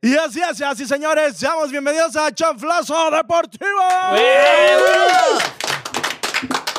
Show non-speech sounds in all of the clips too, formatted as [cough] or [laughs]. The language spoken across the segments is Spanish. Y así, así, así, señores, seamos bienvenidos a Chanflazo Deportivo.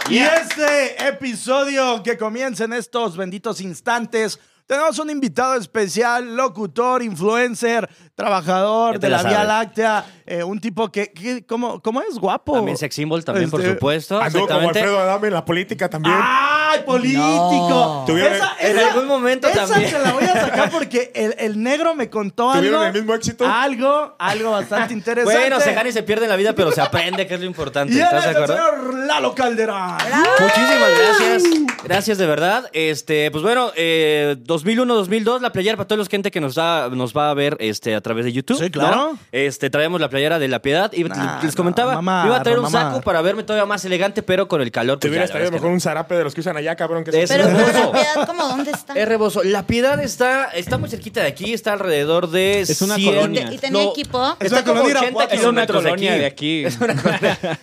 Y este episodio que comienza en estos benditos instantes, tenemos un invitado especial, locutor, influencer, trabajador Ya te de la la Vía sabes. Láctea, eh, un tipo que, que- ¿cómo, cómo es? Guapo. También sex symbol, también, por Este, supuesto. Anduvo como Ah, exactamente. Ah, Alfredo Adame en la política también. ¡Ay, político! No. Tuvieron- en algún momento esa también. se la voy a sacar porque el, el negro me contó algo. ¿Tuvieron el mismo éxito? Algo, algo bastante interesante. Bueno, se gana y se pierde en la vida, pero se aprende, que es lo importante. Y él ¿Estás es de el acuerdo? señor Lalo Calderón. Muchísimas gracias. Gracias de verdad. Este, pues bueno, eh, 2001-2002, la playera para toda la gente que nos, da- nos va a ver este, a través de YouTube. Sí, claro. ¿no? Este, traemos la playera de la piedad. Y Nah, les no, comentaba, mamar, iba a traer un mamar. saco para verme todavía más elegante, pero con el calor. Te pues, ya, hubieras la verdad traído es que mejor un zarape de los que usan allá, cabrón. Que De es- ese- Pero pues, Hermoso. la piedad, ¿cómo dónde está? Es reboso. Eh, La piedad está, está muy cerquita de aquí, está alrededor de. Es una 100, colonia. ¿Y tenía no, equipo? Es una Está como colonia 80 Irapuato. Es una kilómetros de colonia aquí. [laughs] de aquí.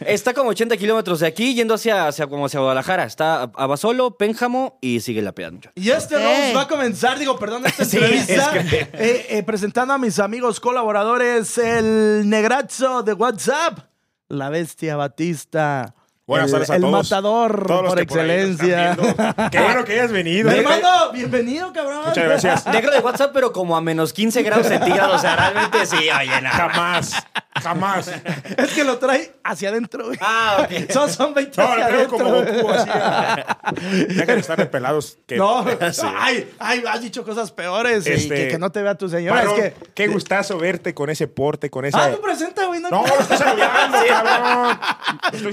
Está como 80 kilómetros de aquí, yendo hacia, hacia- como hacia Guadalajara. Está a- a Basolo, Pénjamo y sigue la piedad, muchachos. Y este Ok. Rose va a comenzar, digo, perdón, esta [laughs] entrevista, eh, eh, presentando a mis amigos colaboradores, el negrazo de WhatsApp, la bestia Batista, Buenas el, tardes a el todos. matador Todos los por que por ahí nos excelencia. están [laughs] viendo. Qué bueno que hayas venido. eh. Hermano, bienvenido, cabrón. [laughs] Muchas gracias. Negro de WhatsApp, pero como a menos 15 grados centígrados. O sea, realmente sí, oye, no. Jamás. [laughs] Jamás. Es que lo trae hacia adentro, güey. Ah, ok. [laughs] Son, son 20 No, hacia lo traigo adentro. como güey. Goku así. [laughs] Deja de estar de pelados. que- [laughs] No, [laughs] ay, ay, has dicho cosas peores y Este, que, que no te vea tu señora. Parrón, es que. Qué gustazo verte con ese porte, con esa. Ah, tú presenta, güey. No, No, lo estoy saludando, cabrón. Estoy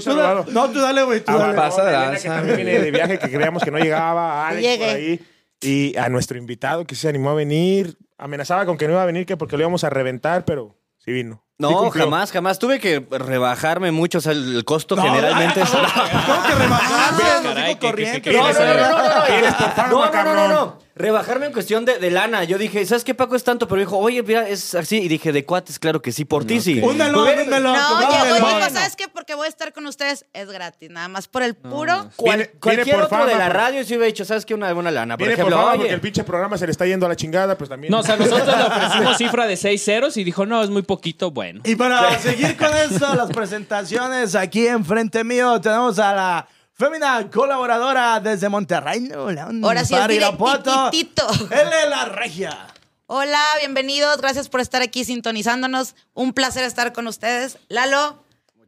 [laughs] tú, da- saludando. no, tú dale, güey. Tú A Ah, dale. pasa Barrón, de Elena, que lanza, también güey. viene de viaje que creíamos que no llegaba. a Alex Llegué. por ahí. Y a nuestro invitado que sí se animó a venir. Amenazaba con que no iba a venir, que porque lo íbamos a reventar, pero sí vino. Sí No, cumplió. jamás, jamás. Tuve que rebajarme mucho. O sea, el, el costo No, generalmente ay, es. cabrón, Tengo que rebajarme, Caray, nos dijo que- que- corriente. que- que- No, no, no, no, no, no. Vienes por fama, No, no, no, no, cabrón. no. Rebajarme en cuestión de, de lana. Yo dije, ¿sabes qué, Paco? Es tanto, pero dijo, oye, mira, es así. Y dije, de cuates, claro que sí, por ti sí. Un melón, un melón. No, un llegó melón. y dijo, ¿sabes qué? Porque voy a estar con ustedes. Es gratis, nada más por el puro. Cual- Viene- viene cualquier por otro fama, de la por- radio si hubiera dicho, ¿sabes qué? Una buena lana. Por Viene por ejemplo, fama oye, porque el pinche programa se le está yendo a la chingada, pues también. No, o [laughs] sea, [laughs] nosotros le ofrecimos cifra de seis ceros y dijo, no, es muy poquito, bueno. Y para seguir con esto, las presentaciones, aquí enfrente mío tenemos a la fémina colaboradora desde Monterrey, Nuevo León. Ahora sí es para Irapuato. directitito. Él es la regia. Hola, bienvenidos. Gracias por estar aquí sintonizándonos. Un placer estar con ustedes. Lalo,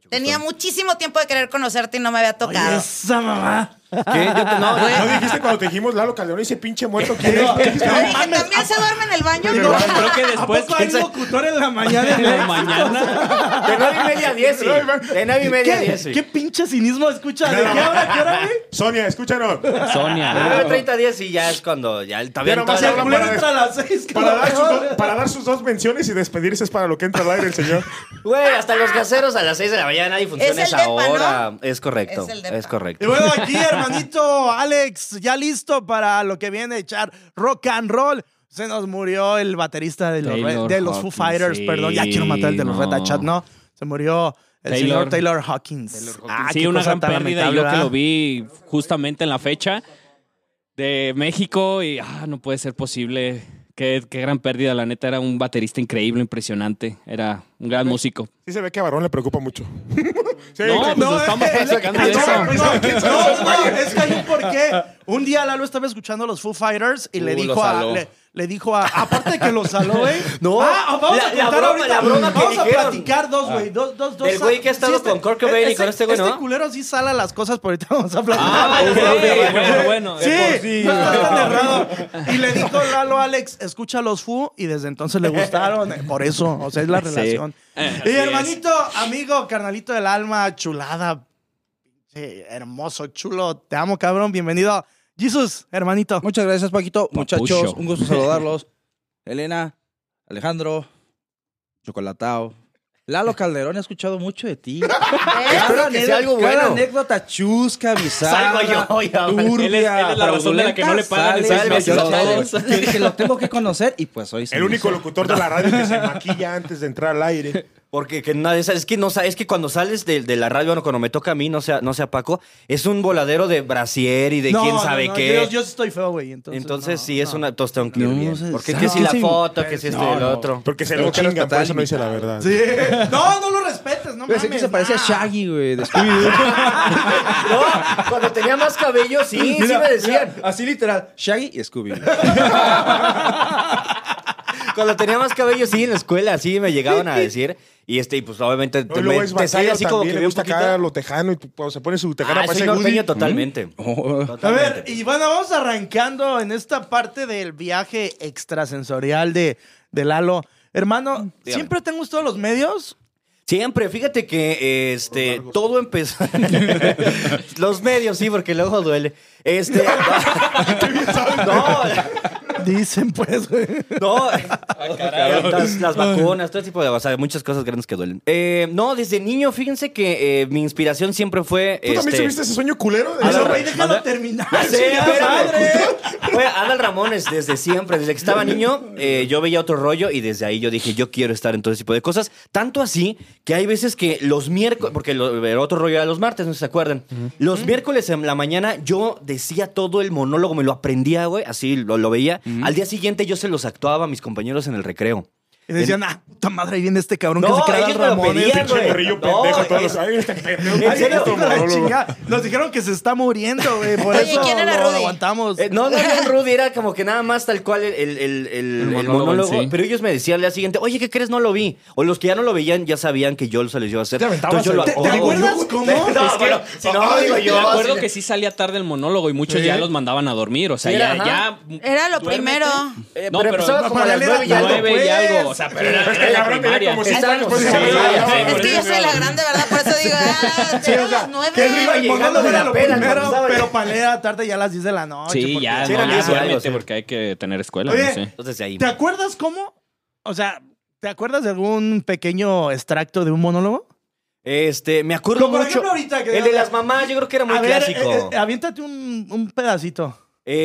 tenía muchísimo tiempo de querer conocerte y no me había Oye, tocado. esa mamá. ¿qué? Yo te- [laughs] no, güey. ¿No dijiste cuando te dijimos Lalo Calderón ese pinche muerto quién es? [laughs] Yo No dije, mames, ¿también se duerme en el baño? Digo, Creo que ¿A después poco hay piensa- locutor en la [laughs] mañana? en de México? mañana. de nueve y media a diez. sí. [laughs] De nueve y media a diez. ¿Qué, sí. ¿Qué pinche cinismo escucha? ¿De qué hora? ¿Qué hora, güey? Sonia, escúchanos. De Sonia. Ah, Ah, nueve treinta a diez y ya es cuando Ah, ya el Ya tabián nomás O sea, hablan el culero para- entra a las seis. Para dar, sus cabrón. dos, para dar sus dos menciones y despedirse es para lo que entra al aire el señor. [laughs] Güey, hasta los caseros a las seis de la mañana y funciona el esa depa, hora. ¿no? Es correcto. Es el depa. Es Y correcto. bueno, aquí, hermanito Alex, ya listo para lo que viene a echar rock and roll. Se nos murió el baterista de los, Taylor Red- de los Foo Hawkins, Fighters, sí, perdón. Ya quiero matar el de los no. Red Hot Chat, ¿no? Se murió el Taylor. señor Taylor Hawkins. Ah, sí, qué una cosa gran tan pérdida. lamentable, Yo que ¿verdad? lo vi justamente en la fecha de México y ah, no puede ser posible. Qué, qué gran pérdida, la neta. Era un baterista increíble, impresionante. Era un gran [laughs] músico. Sí se ve que a Varón le preocupa mucho. Sí, No, no, pues estamos platicando de eso. [laughs] No, no, no, es que hay un porqué. Un día Lalo estaba escuchando a los Foo Fighters y le Uh, lo dijo a. saló. Le, le dijo a. Aparte de que lo saló, güey. [laughs] No, Ah, vamos a la- la contar broma, ahorita. la broma que vamos a dijeron. platicar dos, Ah. güey. Dos, dos, dos. Del güey que ha estado con Kurt Cobain y ese- con este güey, Este ¿no? culero sí sala las cosas, pero ahorita vamos a platicar. Ah, ok, ok, bueno, bueno. Sí, De por no estás tan errado. Y le dijo Lalo a Alex, escucha los Foo y desde entonces le gustaron. eh, Por eso, o sea, es la relación. Eh, Y así hermanito, amigo, carnalito del alma, chulada, Sí, hermoso, chulo. Te amo, cabrón. Bienvenido. Jesus, hermanito. [laughs] Muchas gracias, Paquito. Papucho. Muchachos, un [laughs] gusto saludarlos. Elena, Alejandro, Chocolatao. Lalo Calderón, he escuchado mucho de ti. Espero que sea algo cada bueno. anécdota chusca, bizarra, Salgo yo, ya, vale. turbia, Él es- él es la razón de la que no le pagan en fraudulenta, seis meses a sale, todos. yo dije, lo tengo que conocer y pues hoy sí. El único locutor de la radio que se maquilla antes de entrar al aire. Porque que nada, es, es que no sa- es que cuando sales de, de la radio, bueno, cuando me toca a mí, no sea, no sea Paco, es un voladero de brasier y de No, quién no, sabe no, qué. Yo, yo sí estoy feo, güey. Entonces, entonces, no, sí es no. una tosta un clear No, bien. o sea, Porque no, que si la sí, foto, que si esto y el no. otro. Porque se Pero lo chinga, chingan, por está eso no dice la limitado. verdad. Sí. [laughs] No, no lo respetes, no mames. Pensé que se parecía a nah. Shaggy, güey. de Scooby-Doo. No, cuando tenía más cabello, sí, sí Mira, me decían. mira, así literal. Shaggy y Scooby. Cuando tenía más cabello, sí, en la escuela, sí, me llegaban a decir. Y este, y pues obviamente No, te, luego me- es te sale vaquero así como que también, ve le un gusta poquito. acá lo tejano y tú, cuando se pone su tejana Ah, soy parece Woody. norteño totalmente. Mm. Oh. A Totalmente. ver, y bueno, vamos arrancando en esta parte del viaje extrasensorial de, de Lalo. Hermano, Dígame. ¿siempre te han gustado los medios? [laughs] Siempre, fíjate que este todo empezó. [laughs] Los medios, sí, porque el ojo duele. [laughs] Este. [laughs] no, Dicen, pues. güey. no. las, las vacunas, todo tipo de o sea, muchas cosas grandes que duelen. Eh, no, desde niño, fíjense que eh, mi inspiración siempre fue. ¿Tú también este, Ah, tuviste ese sueño culero? De Pero, [laughs] ver, güey, déjalo anda- terminar. Ya sé, chingada Ah, espérame. madre. Fue Adal Ramones desde siempre, desde que estaba niño, eh, yo veía otro rollo y desde ahí yo dije, yo quiero estar en todo ese tipo de cosas. Tanto así que hay veces que los miércoles, porque lo- el otro rollo era los martes, no sé si se acuerdan. Los miércoles en la mañana yo decía todo el monólogo, me lo aprendía, güey, así lo, lo veía. Al día siguiente yo se los actuaba a mis compañeros en el recreo. Y decían, ah, puta madre, ahí viene este cabrón que No, se cree ellos al me lo Ramones. pedían, Pinche güey. morrillo No, pendejo todos los es- Ay, este pendejo. ¿En Ay, Ay, serio? este hijo de la monólogo. chingada. Nos dijeron que se está muriendo, güey. Por Oye, eso ¿quién era lo Rudy? aguantamos. Eh, no, no era un Rudy, era como que nada más tal cual el, el- el- el- el monólogo. monólogo en sí. Pero ellos me decían al día siguiente, oye, ¿qué crees? No lo vi. O los que ya no lo veían ya sabían que yo se les iba a hacer. Te aventabas yo el- lo- ¿Te- ¿Te, oh, te acuerdas yo- cómo? No, bueno, si no, ay, digo Yo yo. me acuerdo así- que sí salía tarde el monólogo y muchos ya los mandaban a dormir. O sea, Sí, ya, ajá. ya. Era lo duérmete. primero. Eh, No, pero pero empezaba no, como a para las leer a nueve y algo. nueve y pues. algo. O sea, [laughs] pero era, era Este la cabrón tenía primaria. como cinco Está- años. pues, sí, se ya, ya, llamaba. sí, Es por que yo eso soy me la hablan. grande, ¿verdad? Por eso digo, ah, Sí, o eran sea, las que él iba El nueve. llegando monólogo de la era lo peda, primero, ¿sabes? pero para leer a la tarde ya a las 10 de la noche. Sí, porque- ya, sí, no, era ya diez o algo, duérmete sí. porque hay que tener escuela. Oye, no sé. Entonces ahí. ¿Te acuerdas cómo? O sea, ¿te acuerdas de algún pequeño extracto de un monólogo? Este, me acuerdo Como por mucho. ejemplo ahorita que- el de las mamás, yo creo que era muy a ver, clásico. eh, eh, aviéntate un, un pedacito.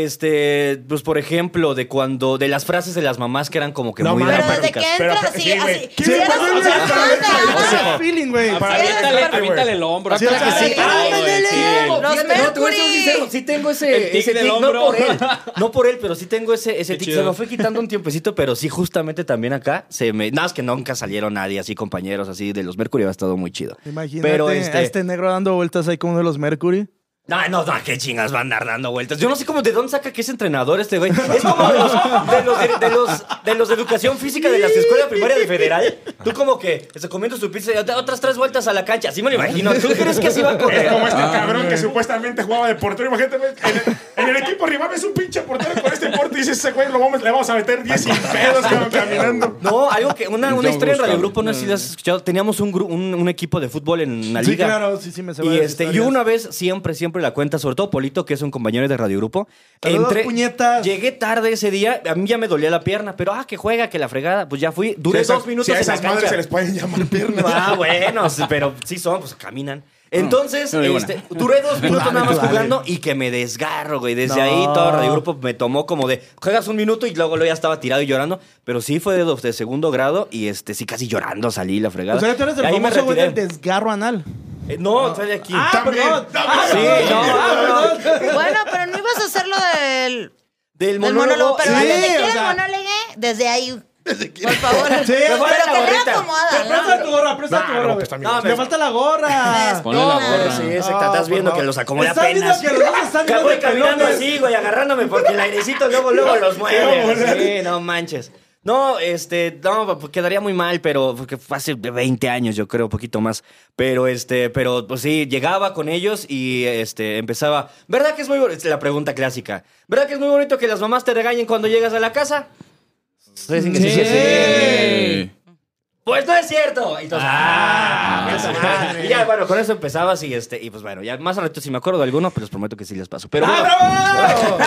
Este, pues por ejemplo, de cuando, de las frases de las mamás que eran como que No muy mames, Pero desde dramáticas. que pero- entras, sí, así, güey. así. ¿Quién si pues, eras- pagó el o sea, boleto? ajá, O sea, ajá. feeling, güey. Para- Sí, aviéntale, era- aviéntale el hombro. Así acá, es que sí. ay, Ay, güey, me sí. leo. Los Fíjate, no, te voy a ser Mercury. sincero, sí tengo El ese, tic ese del tic, no hombro. por [laughs] él, no por él, pero sí tengo ese, ese Qué tic. chido. Se me fue quitando un tiempecito, pero sí justamente también acá se me, nada más que nunca salieron nadie así compañeros así de los Mercury, ha estado muy chido. Imagínate Pero a este, este negro dando vueltas ahí como uno de los Mercury. no, no, no, qué chingas van a andar dando vueltas. Yo no sé cómo de dónde saca que es entrenador este güey. Es como de los de los de, de los, de los de educación física de las escuelas primarias de federal. Tú como que se comiendo su pizza y otra- otras tres vueltas a la cancha. Así me lo imagino. ¿Tú crees que así va a correr? Es como este cabrón que supuestamente jugaba de portero. Imagínate, güey, en el, en el equipo rival es un pinche portero con este porte y dices, ese güey lo vamos, le vamos a meter 10 [laughs] sin pedos cabrón, caminando. No, algo que. Una, una Yo historia en buscaba. Radio Grupo, no sé si la has escuchado. Teníamos un, gru- un, un equipo de fútbol en una Sí, liga. claro, sí, sí, me se Y este, yo una vez siempre, siempre la cuenta, sobre todo Polito, que es un compañero de Radio Grupo. Saludos, puñetas. Llegué tarde ese día, a mí ya me dolía la pierna, pero ah, que juega, que la fregada. Pues ya fui, duré Esas- dos minutos si a en la esas madres cancha. se les pueden llamar piernas. Ah, bueno, sí, pero sí son, pues caminan. Entonces, no digo este, duré dos minutos dale, nada más tú dale. jugando y que me desgarro, güey. Desde No. ahí todo el grupo me tomó como de juegas un minuto y luego luego ya estaba tirado y llorando. Pero sí fue de, de segundo grado y este sí casi llorando salí la fregada. O sea, tú eres el Ahí me famoso güey del retiré. desgarro anal. Eh, no, soy de aquí. También, Ah, Sí, no, ah, perdón. [laughs] Bueno, pero no ibas a hacer lo del, Del del monólogo. monólogo, pero sí, desde que o era sea- el monólogo, desde ahí. Por favor. Sí, pero ponle la que gorrita. era acomodada, ¿no? Presta tu gorra, presta tu no, gorra. pues güey. también. No, Me falta la gorra. Ponle la gorra. Sí, exacto. Estás viendo que los acomodé Estás viendo apenas. que los dos están Que voy viendo de caminando pelones. así, güey, agarrándome porque el airecito luego, [laughs] luego los mueve. Sí, no manches. No, este, no, pues, quedaría muy mal, pero porque fue hace 20 años, yo creo, poquito más. Pero este, pero pues sí, llegaba con ellos y este empezaba, ¿verdad que es muy bonito? La pregunta clásica. ¿Verdad que es muy bonito que las mamás te regañen cuando llegas a la casa? Dicen que sí, sí, sí. Pues no es cierto. Entonces, ah, puta madre. Y ya, bueno, con eso empezabas y este, y pues bueno, ya más al rato si me acuerdo de alguno, pues les prometo que sí les paso. ¡Ah, Pero bueno, Bravo.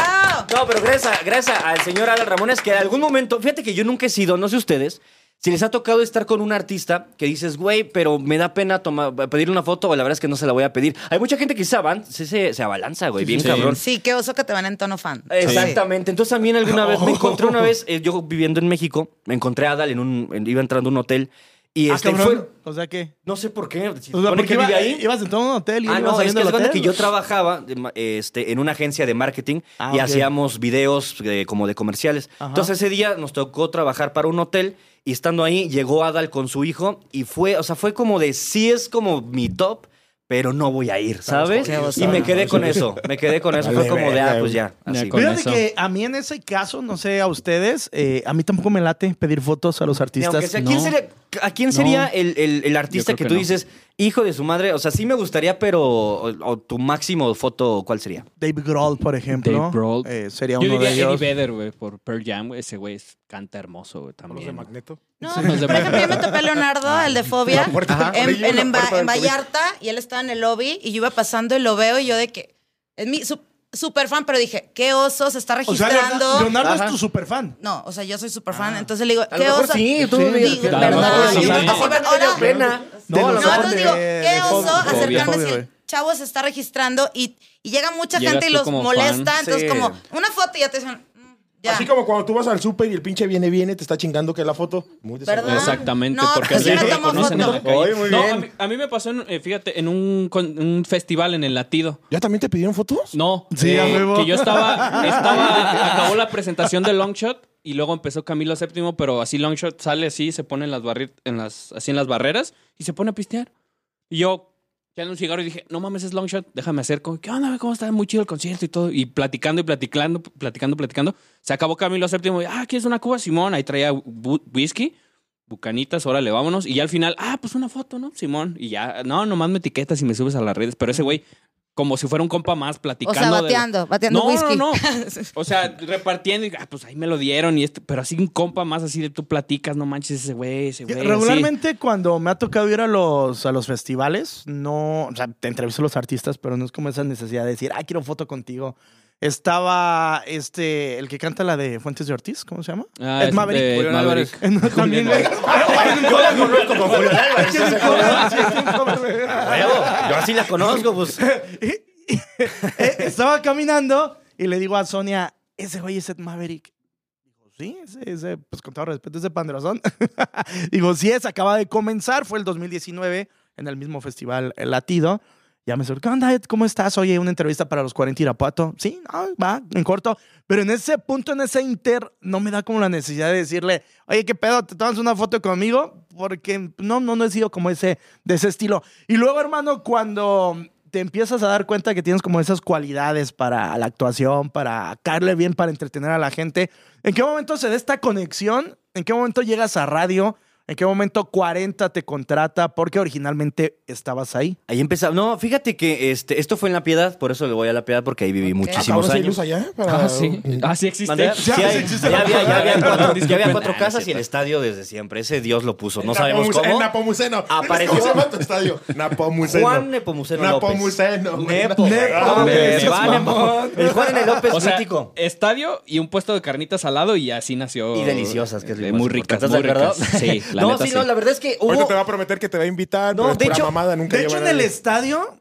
no, pero gracias, a- gracias al señor Adal Ramones que en algún momento, fíjate que yo nunca he sido, no sé ustedes, si les ha tocado estar con un artista que dices, güey, pero me da pena tomar, pedirle una foto, o la verdad es que no se la voy a pedir. Hay mucha gente que se, avan- sí se, se abalanza, güey, bien cabrón. Sí, qué oso que te van en tono fan. Exactamente. Entonces también Oh. alguna vez me encontré una vez, eh, yo viviendo en México, me encontré a Adal en un, en- iba entrando a un hotel Y Ah, este, cabrón. fue- O sea que. no sé por qué. Si O sea, supone porque que iba- vive ahí. ibas en todo un hotel y Ah, ibas no, es saliendo que, del haz cuenta hotel. que yo trabajaba de ma- este, en una agencia de marketing Ah, y ok. hacíamos videos eh, como de comerciales. Ajá. Entonces ese día nos tocó trabajar para un hotel y estando ahí llegó Adal con su hijo y fue, o sea, fue como de, sí es como mi top, pero no voy a ir, ¿sabes? jodidos. Y me quedé con eso, me quedé con [laughs] eso. Fue Vale, como de, verga, ah, pues ya, De así. con acuerdo. Fíjate que eso. a mí en ese caso, no sé a ustedes, eh, a mí tampoco me late pedir fotos a los Ni artistas. aunque sea, ¿quién no. sería, ¿A quién sería No. el, el- el artista Yo que, creo tú que no. dices, hijo de su madre? O sea, sí me gustaría, pero o- o tu máximo foto, ¿cuál sería? Dave Grohl, por ejemplo. Dave Grohl. eh, sería Yo uno diría de ellos. Eddie Vedder, güey, por Pearl Jam. güey. Ese güey es- canta hermoso, güey, Los también. de Magneto. No, Sí. pero, por ejemplo, yo me topé a Leonardo, el de Fobia, La puerta Ajá. del en, colegio, en- la en puerta Va- del en colegio. Vallarta, y él estaba en el lobby, y yo iba pasando y lo veo, y yo de que... Es mi su- super fan, pero dije, ¿qué oso se está O sea, registrando? Leonardo, Leonardo es tu superfan. No, o sea, yo soy super fan, entonces le digo, A lo ¿qué mejor oso? sí, tú Sí, digas digo, que- verdad, A lo mejor yo sí, también. a lo mejor te Hola. dio pena. De No, a lo los mejor No, ojos entonces te- digo, de- ¿qué de oso fobia, acercarme a güey. decir, chavo, se está registrando? Y, y llega mucha Llegas gente y tú los como molesta, fan. entonces Sí. como, una foto y ya te dicen, mm, ya. Así como cuando tú vas al súper y el pinche viene, viene, te está chingando que la foto. Muy ¿Verdad? desagradable. Exactamente, No, porque sí así me lo tomo reconocen en foto. la calle. Oye, muy no, bien. A, mí, a mí me pasó, en, eh, fíjate, en un, con- un festival en el Latido. ¿Ya también te pidieron fotos? No, Sí, eh, a huevo. que yo [laughs] estaba, estaba, acabó la presentación de Longshot y luego empezó Camilo VII, pero así Longshot sale así, se pone en las, barri- en las, así en las barreras y se pone a pistear. Y yo, ya en un cigarro y dije, no mames, es Longshot, déjame acerco. ¿Qué onda? güey? ¿Cómo está? Muy chido el concierto y todo. Y platicando y platicando, platicando, platicando. Se acabó Camilo VII y, ah, ¿quieres una cuba, Simón? Ahí traía bu- whisky. Bucanitas, órale, vámonos. Y ya al final, ah, pues una foto, ¿no? Simón. Y ya, no, nomás me etiquetas y me subes a las redes. Pero ese güey, como si fuera un compa más o platicando. sea, de- bateando, bateando no, whisky. No, no, [laughs] O sea, repartiendo y, ah, pues ahí me lo dieron y este, pero así un compa más así de tú platicas, no manches ese güey, ese güey. así. Regularmente cuando me ha tocado ir a los, a los festivales, no, o sea, te entrevisto a los artistas, pero no es como esa necesidad de decir, ah, quiero foto contigo. Estaba este, el que canta la de Fuentes de Ortiz, ¿cómo se llama? Ah, Ed es Maverick. de Ed Julián [laughs] Maverick. Álvarez. No, también. Julián Yo la conozco con Julián Álvarez. Sí, sí, A huevo, Yo así la conozco, [laughs] pues. Eh, Estaba caminando y le digo a Sonia, ese güey es Ed Maverick. Digo, sí, ese, ese, pues con todo respeto, ese panderazón. [laughs] digo, sí es, acaba de comenzar, fue el 2019 en el mismo festival El Latido. Ya me dice, ¿qué onda, Ed? ¿Cómo estás? Oye, una entrevista para los 40 Irapuato. Sí, ah, va, en corto. Pero en ese punto, en ese inter, no me da como la necesidad de decirle, oye, ¿qué pedo? ¿Te tomas una foto conmigo? Porque no, no, no he sido como ese, de ese estilo. Y luego, hermano, cuando te empiezas a dar cuenta que tienes como esas cualidades para la actuación, para caerle bien, para entretener a la gente, ¿en qué momento se da esta conexión? ¿En qué momento llegas a radio? ¿En qué momento 40 te contrata? Porque originalmente estabas ahí. Ahí empezaba. No, fíjate que este, esto fue en La Piedad, por eso le voy a La Piedad, porque ahí viví Ok. muchísimos Ahora sí hay años. luz allá. para- Ah, sí. Ah, sí existe. Mandé- sí hay- existe ya la había, ya Piedad. había cuatro, ya había Disculpen. cuatro Ah, casas sí, y el estadio desde siempre. Ese Dios lo puso. No En sabemos Napomuceno- En cómo. Napomuceno. Apareció- ¿Cómo se llama [laughs] tu estadio? Napomuceno. Juan Nepomuceno López. Napomuceno. güey. Nepo. Nepo. No, hombre, Nepo. va, Nepo. El Juan N. López O sea, eh, mítico. estadio y un puesto de carnitas al lado y así nació. Y deliciosas, que es lo Eh, más Muy importante. ricas, ¿Estás muy de acuerdo? ricas. [laughs] Sí, la no, neta sí, sí. no, la verdad es que hubo... Ahorita te va a prometer que te va a invitar, No, pero es de pura hecho- mamada, nunca De hecho, en llevan el ahí. estadio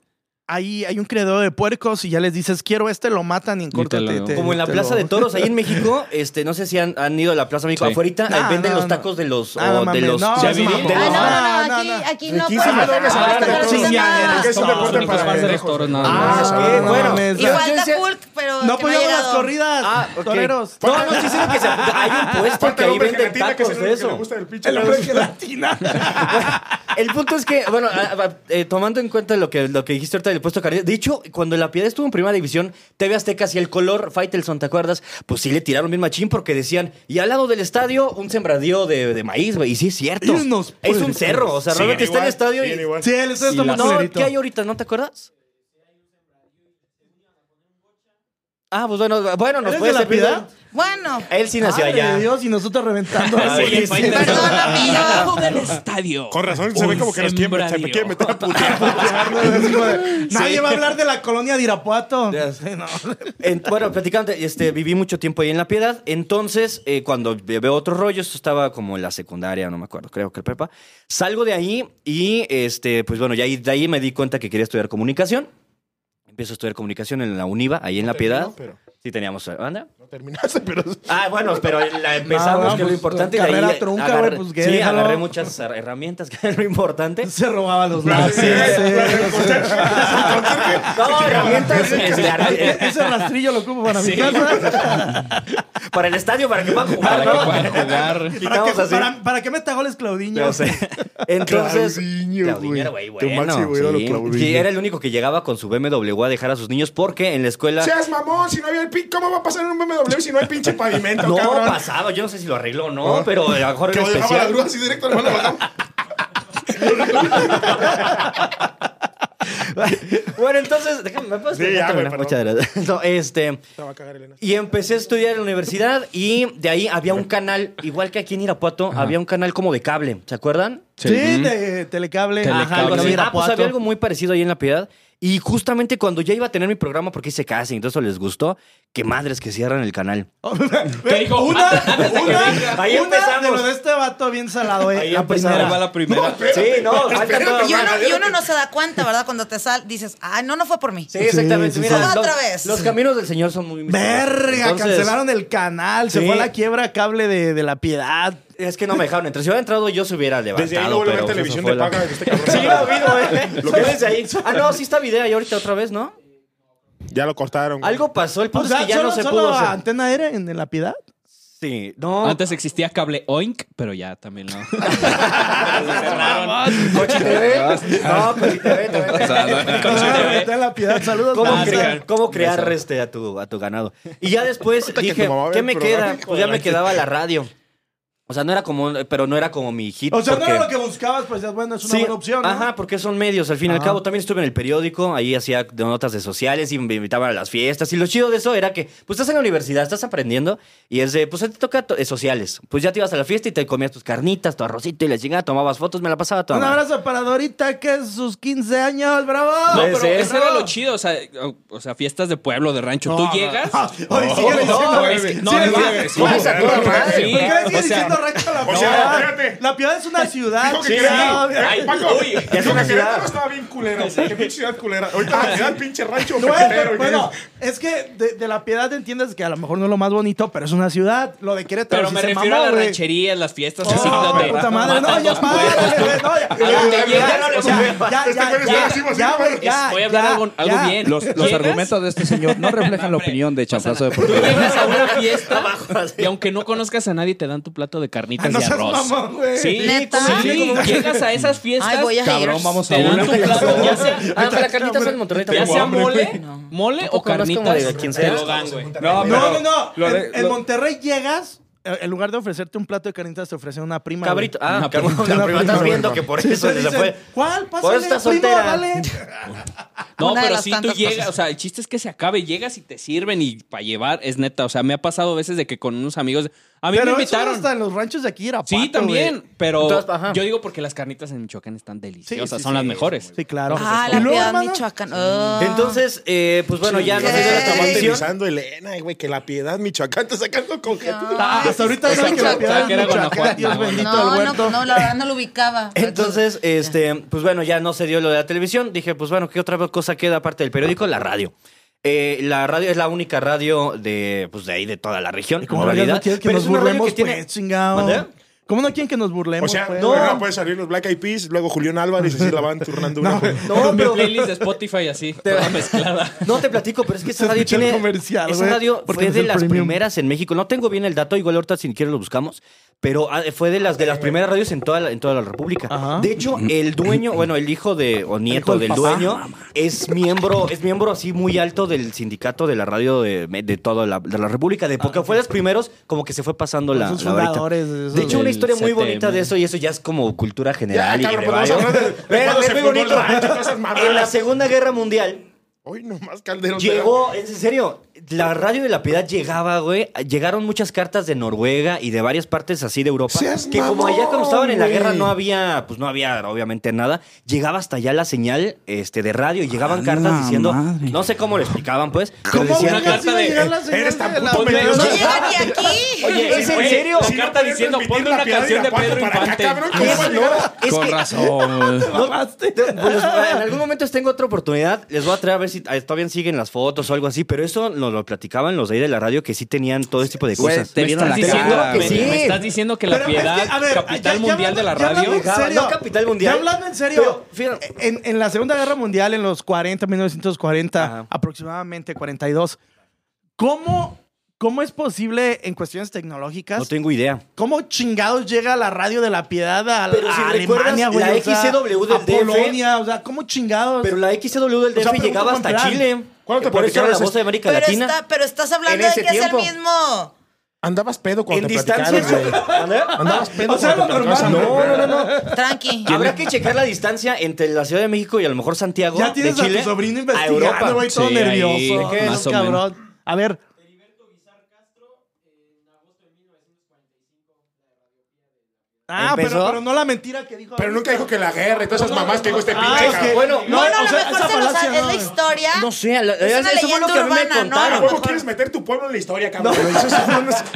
ahí hay un creador de puercos y ya les dices, quiero este, lo matan y en te corto lo- te- te- Como en la te Plaza lo- de Toros, ahí en México, este, no sé si han, han ido a la Plaza México. Sí. Afuera No, venden no, los no. tacos de los. Ah, no o de mames, los. no, Ya es viví. mamón. de los- Ah, no, No, no, no, no, no. aquí, aquí no. Riquísimo. podemos Ah, no, me hablar sacaste de de cosas todo. de Sí, ya nada. eres. Es un Somos deporte los para fans de los pendejos. toros, nada Ah, más. ok, no bueno. mames. Yo- yo Igual decía- da Hulk, pero No que ha apoyamos las llegado. corridas, Ah, ok. toreros. No, no, sí, sí, que se, hay un puesto Falta que el ahí hombre venden gelatina, que es tacos el de único que le eso. gusta del pinche El hombre pedo. gelatina. El punto es que, bueno, a- a- eh, tomando en cuenta lo que, lo que dijiste ahorita del puesto cardíaco, de hecho, cuando la Piedad estuvo en primera división, TV Azteca y el color Faitelson, ¿te acuerdas? Pues sí le tiraron bien machín porque decían, y al lado del estadio, un sembradío de, de maíz, güey. Y sí es cierto. Y unos es un puercos. cerro, o sea, Sí, realmente está el igual, estadio sí, y. igual. Sí, este el estadio está muy No, culerito. ¿qué hay ahorita? ¿No te acuerdas? Ah, pues bueno, bueno, nos ¿Eres puede de la servir de- piedad? Bueno, Él sí nació Madre allá. de Dios, y nosotros reventando. Ah, así. [laughs] sí, sí, sí. perdón, [laughs] amigo. del estadio. Con razón se ve como que nos quieren meter, me quieren meter a [laughs] putear. Es como de, Nadie va a hablar de la colonia de Irapuato. Ya Sí, no. En- bueno, platicando, este, viví mucho tiempo ahí en La Piedad. Entonces, eh, cuando veo otros rollos, estaba como en la secundaria, no me acuerdo, creo que prepa. Salgo de ahí y, este, pues bueno, ya ahí- de ahí me di cuenta que quería estudiar comunicación. Empiezo a estudiar comunicación en la UNIVA, ahí en La Piedad. Pero- Sí teníamos... eh, ¿Anda? No terminaste, pero. Ah, bueno, pero la empezamos, Nada, que es lo pues, importante. y de carrera ahí trunca, agarré- güey, pues, ¿qué? Sí, Déjalo. agarré muchas her- herramientas, [laughs] que es lo [laughs] importante. Se robaba los Plan lazos. C, plan de cortar. No, [laughs] herramientas este, ar- Ese rastrillo lo ocupo para mi casa. [laughs] para el estadio, para que puedan jugar, Para que ¿no? puedan [laughs] jugar. ¿Para, Quitamos qué, así. para, para qué meta goles Claudinho? No sé. Entonces, Claudinho, güey. era, güey, Tu bueno, máximo ídolo, sí. Claudinho. Sí, era el único que llegaba con su BMW a dejar a sus niños porque en la escuela Seas mamón, si no había el pin, ¿cómo va a pasar en un BMW si no [laughs] hay pinche pavimento, no cabrón? pasaba. Yo no sé si lo arregló o no, pero a lo mejor Que era lo dejaba la especial. grúa así directo, nomás la bajaba. [laughs] Bueno, entonces, déjame, ¿me puedes Sí, ya, terminar? güey, Muchas gracias. No, este, Te va a cagar, Elena. y empecé a estudiar en la universidad y de ahí había un canal, igual que aquí en Irapuato, había un canal como de cable, ¿se acuerdan? Sí, de Telecable. Telecable. Ajá, algo así. Ah, pues Irapuato. había algo muy parecido ahí en La Piedad. Y justamente cuando ya iba a tener mi programa, porque hice casting, entonces les gustó, que madres que cierran el canal. ¿Qué dijo? Una, Antes de que una, venga. Ahí una de empezamos. lo de este vato bien salado, eh. Ahí la empezamos. primera. Ahí va la primera. Sí, no, falta todo. Y uno, y uno no se da cuenta, ¿verdad? Cuando te sal, dices, ah, no, no fue por mí. Sí, Sí, exactamente. sí, Mira, sí. los- Otra vez. Los caminos del Señor son muy Verga, Entonces, cancelaron el canal. Se Sí. fue a la quiebra cable de, de la piedad. Es que no me dejaron entrar. Si hubiera entrado, yo se hubiera levantado. Desde ahí no vuelve a pero ver pues, televisión eso de fue la- paga. [laughs] Este cabrón. Sí, lo vino, ¿eh? Lo que ves ahí. Ah, no, sí está video ahí ahorita otra vez, ¿no? Ya lo cortaron. güey. Algo pasó, el punto O sea, es que ya solo, no se solo pudo hacer. antena era en de la piedad. Sí, no. [laughs] Antes existía cable Oink, pero ya también no. Cochi TV. No, pues, Cochi TV también. O sea, no- Con su bebé. Está en Ah, la piedad. Saludos. ¿Cómo, mamá. sí, crear, claro. cómo crear este a tu, a tu ganado? Y ya después que dije, tu mamá ve ¿qué el me programa, queda? hijo Pues de ya la me chi- quedaba la radio. O sea, no era como, pero no era como mi hit. O sea, no porque- era lo que buscabas, pues bueno, es una Sí, buena opción. ¿no? Ajá, porque son medios. Al fin y al Ajá. cabo, también estuve en el periódico, ahí hacía notas de sociales y me invitaban a las fiestas. Y lo chido de eso era que, pues estás en la universidad, estás aprendiendo y es de, pues te toca to- eh, sociales. Pues ya te ibas a la fiesta y te comías tus carnitas, tu arrocito y la chingada, tomabas fotos, me la pasaba toda. Un madre. abrazo para Dorita, que es sus 15 años, bravo. No, Puede pero ser. eso era lo chido. O sea, o- o sea, fiestas de pueblo, de rancho. No, Tú no, Ah, llegas. Oye, sigue diciendo, no, es que- no, sigue no, diciendo- no, sí. ¿Cómo se acuerda, madre? Sí, ¿Por qué sigue o sea, diciendo rancho la o sea, piedad? espérate. la piedad es una ciudad. Dijo que sí, Querétaro- obvio. Ay, Paco, uy, ya dijo que es una ciudad. Ah, Querétaro estaba bien culera. Qué pinche ciudad culera. Ahorita la ciudad, pinche rancho. No, cafetero, pero, y bueno, que- es que de, de la piedad entiendes que a lo mejor no es lo más bonito, pero es una ciudad. Lo de Querétaro Pero sí me se refiero mamó, a las güey. rancherías, las fiestas Oh, así donde. puta madre, no, matan ya dos párale, güey, no, ya, A donde ya, llegas, ya, o sea, ya, ya, este güey ya, está así, ya, así, ya, güey. güey, ya, Voy a hablar ya, algo, algo ya. bien. Los, los Llegas, argumentos de este señor no reflejan la opinión de Tú Chaplazo Deportivo. llegas a una fiesta Abajo, así. y aunque no conozcas a nadie, te dan tu plato de Ah, carnitas no y seas arroz. mamón, güey. Sí, ¿Neta? sí, Sí. llegas a esas fiestas. Ay, voy a Cabrón, haters. vamos a Te dan una. tu plato, ya sea, Ah, pero las carnitas son en Monterrey ya también. sea mole, No. mole o Tampoco conozco carnitas, de quien te sea. lo dan, güey. No, No, no, no. lo de- en, en lo- Monterrey llegas, eh, en lugar de ofrecerte un plato de carnitas, te ofrecen una prima. güey. Cabrito. Ah, Una cabrón, prima. la prima, estás Una viendo prima. que por Te eso se dicen, fue. ¿Cuál? Por eso Pásale, estás primo, soltera. [laughs] dale. No, Una de pero las si tú tantas llegas, cosas. o sea, el chiste es que se acabe, llegas y te sirven y para llevar, es neta, o sea, me ha pasado a veces de que con unos amigos, a mí Pero eso me invitaron. hasta en los ranchos de aquí Irapuato, Sí, también, güey. pero Entonces, ajá. yo digo porque las carnitas en Michoacán están deliciosas, sí, son las mejores. Sí, claro. Ah, Y la luego, piedad hermano, Michoacán. Ah. Entonces, eh, pues bueno, ya no sé Sí. si era Está tan Ey. vandalizando Elena, güey, que la piedad Michoacán está sacando conjeturas. Ah, Hasta ahorita Es saben que la piedad Michoacán. Que era es Michoacán. Guanajuato, Dios güey. bendito no, el no, huerto. no, la verdad no lo ubicaba. Entonces, este, pues bueno, ya no se dio lo de la televisión. Dije, pues bueno, ¿qué otra cosa queda aparte del periódico? La radio. Eh, la radio es la única radio de, pues de ahí, de toda la región. ¿Y cómo en vergas realidad. no quieren que Pero nos es una radio burlemos, que tiene- pues, chingado? ¿Mande? ¿Cómo no quieren que nos burlemos, O sea, pues? no, no pueden salir los Black Eyed Peas, luego Julián Álvarez, así la [laughs] van turnando una por- No, [laughs] Mi pero playlist de Spotify así, toda mezclada. [laughs] No te platico, pero [laughs] es que esa Se radio escuchó el tiene. comercial, esa güey, radio porque fue es de el las premium. primeras en México. No tengo bien el dato, igual ahorita si quieres lo buscamos. Pero ah, fue de las de las primeras radios en toda la, en toda la República. Ajá. De hecho, el dueño, [clears throat] bueno, el hijo de o nieto hijo del del papá. dueño es miembro, es miembro así muy alto del sindicato de la radio de, de toda la, de la República. De Ah, porque fue de los primeros, como que se fue pasando la, Esos la varita. fundadores, esos- De hecho, una Del historia muy CTM. bonita de eso, y eso ya es como cultura general. Ya, y cabrón, de pues, varios. vamos a hablar de- de Espérame, cuando es se muy fundó el bonito. rancho, todas esas mamadas. En la Segunda Guerra Mundial, Hoy nomás Calderón. te da- Llegó, en serio, la radio de la piedad llegaba, güey. Llegaron muchas cartas de Noruega y de varias partes así de Europa. Seas que como mamón, allá cuando estaban en la güey. guerra no había, pues no había obviamente nada. Llegaba hasta allá la señal este, de radio y llegaban A cartas la diciendo, madre. no sé cómo lo explicaban, pues. Pero ¿Cómo decían, una carta de- Eres tan puto Ponme- medio- no llega ni aquí. Oye, ¿es en Güey, serio? La Si no carta podían diciendo, transmitir ponme la una piedad de canción de Irapuato Pedro para acá, Infante. cabrón, ¿cómo va a llegar a- es Con que- razón. No, te- pues, en algún momento tengo otra oportunidad. Les voy a traer a ver si ah, todavía siguen las fotos o algo así, pero eso nos lo platicaban los de ahí de la radio que sí tenían todo ese tipo de Güey, cosas. te me, vieron estás la diciendo cara, que güey. sí. me estás diciendo que la Pero es piedad, que, a ver, ya- capital ya mundial hablando- de la ya radio. hablando en serio, No, capital mundial. Ya hablando en serio. Pero, fíjate- en, en la Segunda Guerra Mundial, en los 40, 1940, Ajá. aproximadamente 42, ¿cómo, ¿cómo es posible en cuestiones tecnológicas? No tengo idea. ¿Cómo chingados llega la radio de la piedad a, Pero si a recuerdas, Alemania, güey? la o sea, XCW del a DF. Polonia, o sea, ¿cómo chingados? Pero la XW del O DF sea, pregunta llegaba cómo hasta emplear. Chile. ¿Cuándo te Por eso era la platicaron voz de eso? América Pero, Latina. está, pero estás hablando de ese que es el tiempo. mismo. Andabas pedo cuando En te platicaron, distancia. güey. Andabas pedo O sea, cuando lo te platicaron. normal. No, no, no. no. Tranqui. Habrá que checar la distancia entre la Ciudad de México y a lo mejor Santiago. ya tienes de Chile, a tu sobrino a Europa. investigando, güey, todo Sí, ahí, nervioso. ¿Qué más es, o menos. cabrón? A ver, Ah, pero, ¿Empezó? pero no la mentira que dijo. Pero nunca dijo que la guerra y todas esas mamás que dijo este Ah, pinche es que- cabrón. Bueno, No, no, o a lo sea, mejor esa se nos falacia ha- es no. eh. la historia. No sé, la- Es una eso fue lo leyenda que a mí me urbana, ¿no? contaron. A lo ¿Cómo quieres meter tu pueblo en la historia, cabrón? [laughs]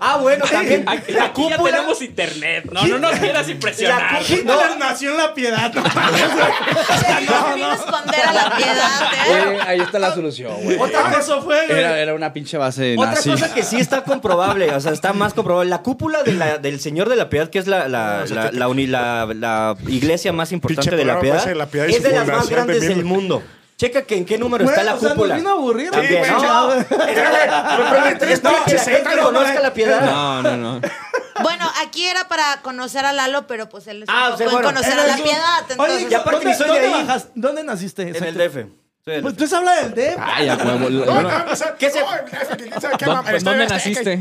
Ah, bueno, también. Aquí, aquí ya tenemos internet. No, no nos quieras La impresionar. cúpula- Hitler nació en la piedad. no mames, güey. Se dijo que vino a esconder a la piedad, ¿eh? Güey, ahí está la solución, güey. Otra cosa fue, güey. Era, era una pinche base Otra nazi. cosa que sí está comprobable, o sea, está más comprobable. La cúpula de la- del Señor de la Piedad, que es la, la, Ah, la- la uni- la- la iglesia más importante Pinche de la programa Piedad, pasa de la Piedad y es su de las más fundación grandes también, del güey. mundo. Checa que en qué número Güey, está la o sea, nos cúpula. vino a aburrir, güey. También, Sí, ¿no? güey, Para que la gente conozca la Piedad. No, no, no. Bueno, aquí era para conocer a Lalo, pero pues él es Ah, un o sea, poco bueno, en conocer Era a la eso. piedad. Oye, Entonces, y aparte ¿dónde, ni soy de dónde ahí. bajas- ¿Dónde naciste? En el Ah, Exacto. DF. Soy del Pues DF. tú habla del DF. Ay, a huevo. No, lo- lo- no, o sea, ¿Qué se- no, ¿quién sabe qué ¿Dó- mamá? Pues, Estoy- pues, ¿Dónde estoy- naciste?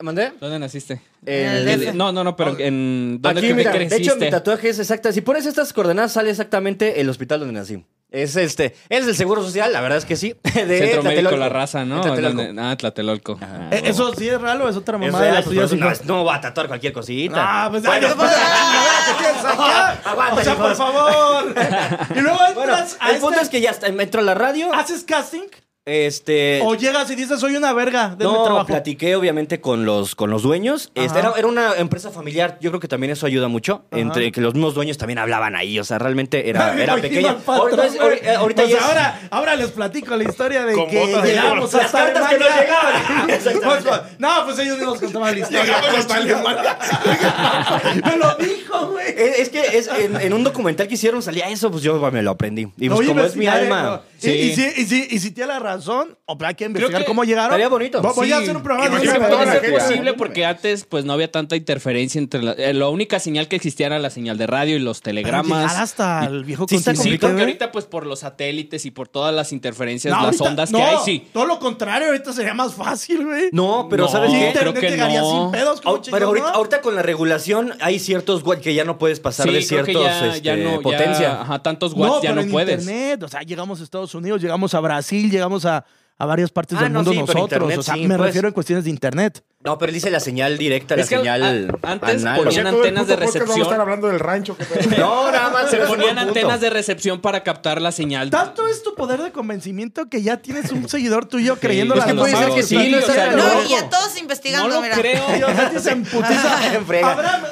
¿Mandé? ¿Dónde naciste? El Eh, DF. No, no, no, pero en... ¿Dónde Aquí, cre- mira, de creciste? hecho, mi tatuaje es exacta. Si pones estas coordenadas, sale exactamente el hospital donde nací. Es este, es del Seguro Social, la verdad es que sí. De Centro Médico Tlatelolco. La Raza, ¿no? En Tlatelolco. ¿Dónde? Ah, Tlatelolco. Ah, Eh, huevo. Eso sí es raro, es otra Es mamada de real, la pues, tuya. por sí, eso no, no. es- no va a tatuar cualquier cosita. Ah, [laughs] pues, Bueno, ay, no puedes- que [laughs] tienes acá. Aguanta, O sea, por hijos. [laughs] favor. Y luego Bueno, entras a el punto este- es que ya está, entro a la radio. ¿Haces casting? Este. ¿O llegas y dices, soy una verga de mi No, trabajo? platiqué obviamente con los, con los dueños. Este, Ajá. era, era una empresa familiar. Yo creo que también eso ayuda mucho. Ajá. Entre que los mismos dueños también hablaban ahí. O sea, realmente [laughs] era, Me Ah, era imagino pequeña. al patrón, Ahorita, es- güey. ahorita- ahorita Pues ya es- ahora, ahora les platico la historia de Con que botas de llegamos Las hasta cartas que no Alemania. llegaban. Exactamente. [laughs] Pues, no, pues ellos nos contaban la historia. Llegamos hasta Alemania. Me lo dijo, güey. Es, es que es, en, en un documental que hicieron salía eso, pues yo me lo aprendí. Y pues Oye, como es mi investigar, alma. eh, no. Y, y si, y, si, y si tiene la razón, o pues, hay que investigar que cómo llegaron. estaría bonito. Vo- Voy a Sí. hacer un programa Es de Imagínate que una toda puede verga. la ser gente- posible porque antes pues no había tanta interferencia entre la, eh, la única señal que existía era la señal de radio y los Pero llegar telegramas. hasta el viejo Sí, continente, ¿eh? está complicado que güey. ahorita pues por los satélites y por todas las interferencias, No, las ahorita- ondas no, que hay, sí. Todo lo contrario, ahorita sería más fácil, güey. No, pero No, ¿sabes Sí, qué? internet creo que llegaría no. sin pedos, como Au- Oh, pero chingón, ahorita, ¿no? ahorita con la regulación hay ciertos watts que ya no puedes pasar de Sí, creo ciertos que ya, ya este, no, ya- potencia. ajá, tantos watts ya pero no en puedes. Internet, o sea, llegamos a Estados Unidos, llegamos a Brasil, llegamos a, a varias partes Ah, del no, mundo sí, pero nosotros. internet o sea, sí, me pues. refiero en cuestiones de internet. No, pero él dice la señal directa, Es que la señal. a- antes anal. O sea, ponían Tenían todo el antenas de puto podcast Vamos a recepción. estar hablando del rancho. qué pedo. No, nada más [laughs] Se es un ponían buen punto. antenas de recepción para captar la señal. Tanto es tu poder de convencimiento que ya tienes un seguidor tuyo creyendo es las que puede mamadas ser que sí, estás o sea, diciendo. No, loco. y ya todos No investigando, lo mira. creo. Tío, Santi se emputiza. En frega. Abraham,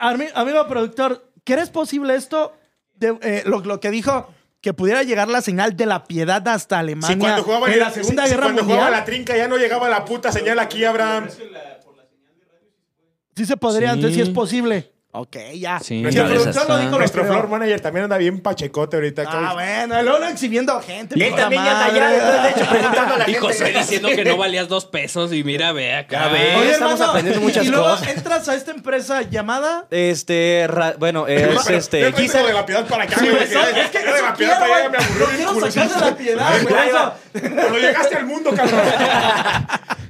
ami- amigo productor, ¿crees posible esto? De, eh, lo, lo que dijo, que pudiera llegar la señal de la piedad hasta Alemania Si cuando jugaba en la Segunda si- si Guerra cuando Mundial. jugaba la trinca ya no llegaba la puta señal aquí, Abraham. Sí se podría, Sí. entonces sí es posible. Ok, ya. Sí. Si el Una de productor esas, lo ah. dijo, lo Nuestro creo. floor manager también anda bien pachecote ahorita. Ah, cabrón. bueno, luego lo exhibiendo gente. Él puta también ya está madre. allá, entonces, de hecho, preguntando a la Y gente. José diciendo que no valías dos pesos y mira, ve acá. Ya ve. Oye, Estamos hermano, aprendiendo muchas y luego cosas. entras a esta empresa llamada... Este, ra- bueno, es Pero, yo este. traigo quizá- de la piedad para acá, Sí, güey. güey, que ya- es que ya de eso la quiero, piedad para allá güey. me aburrió Lo bien quiero culo. sacar de la piedad, güey. Ahí va. Cuando llegaste al mundo, cabrón.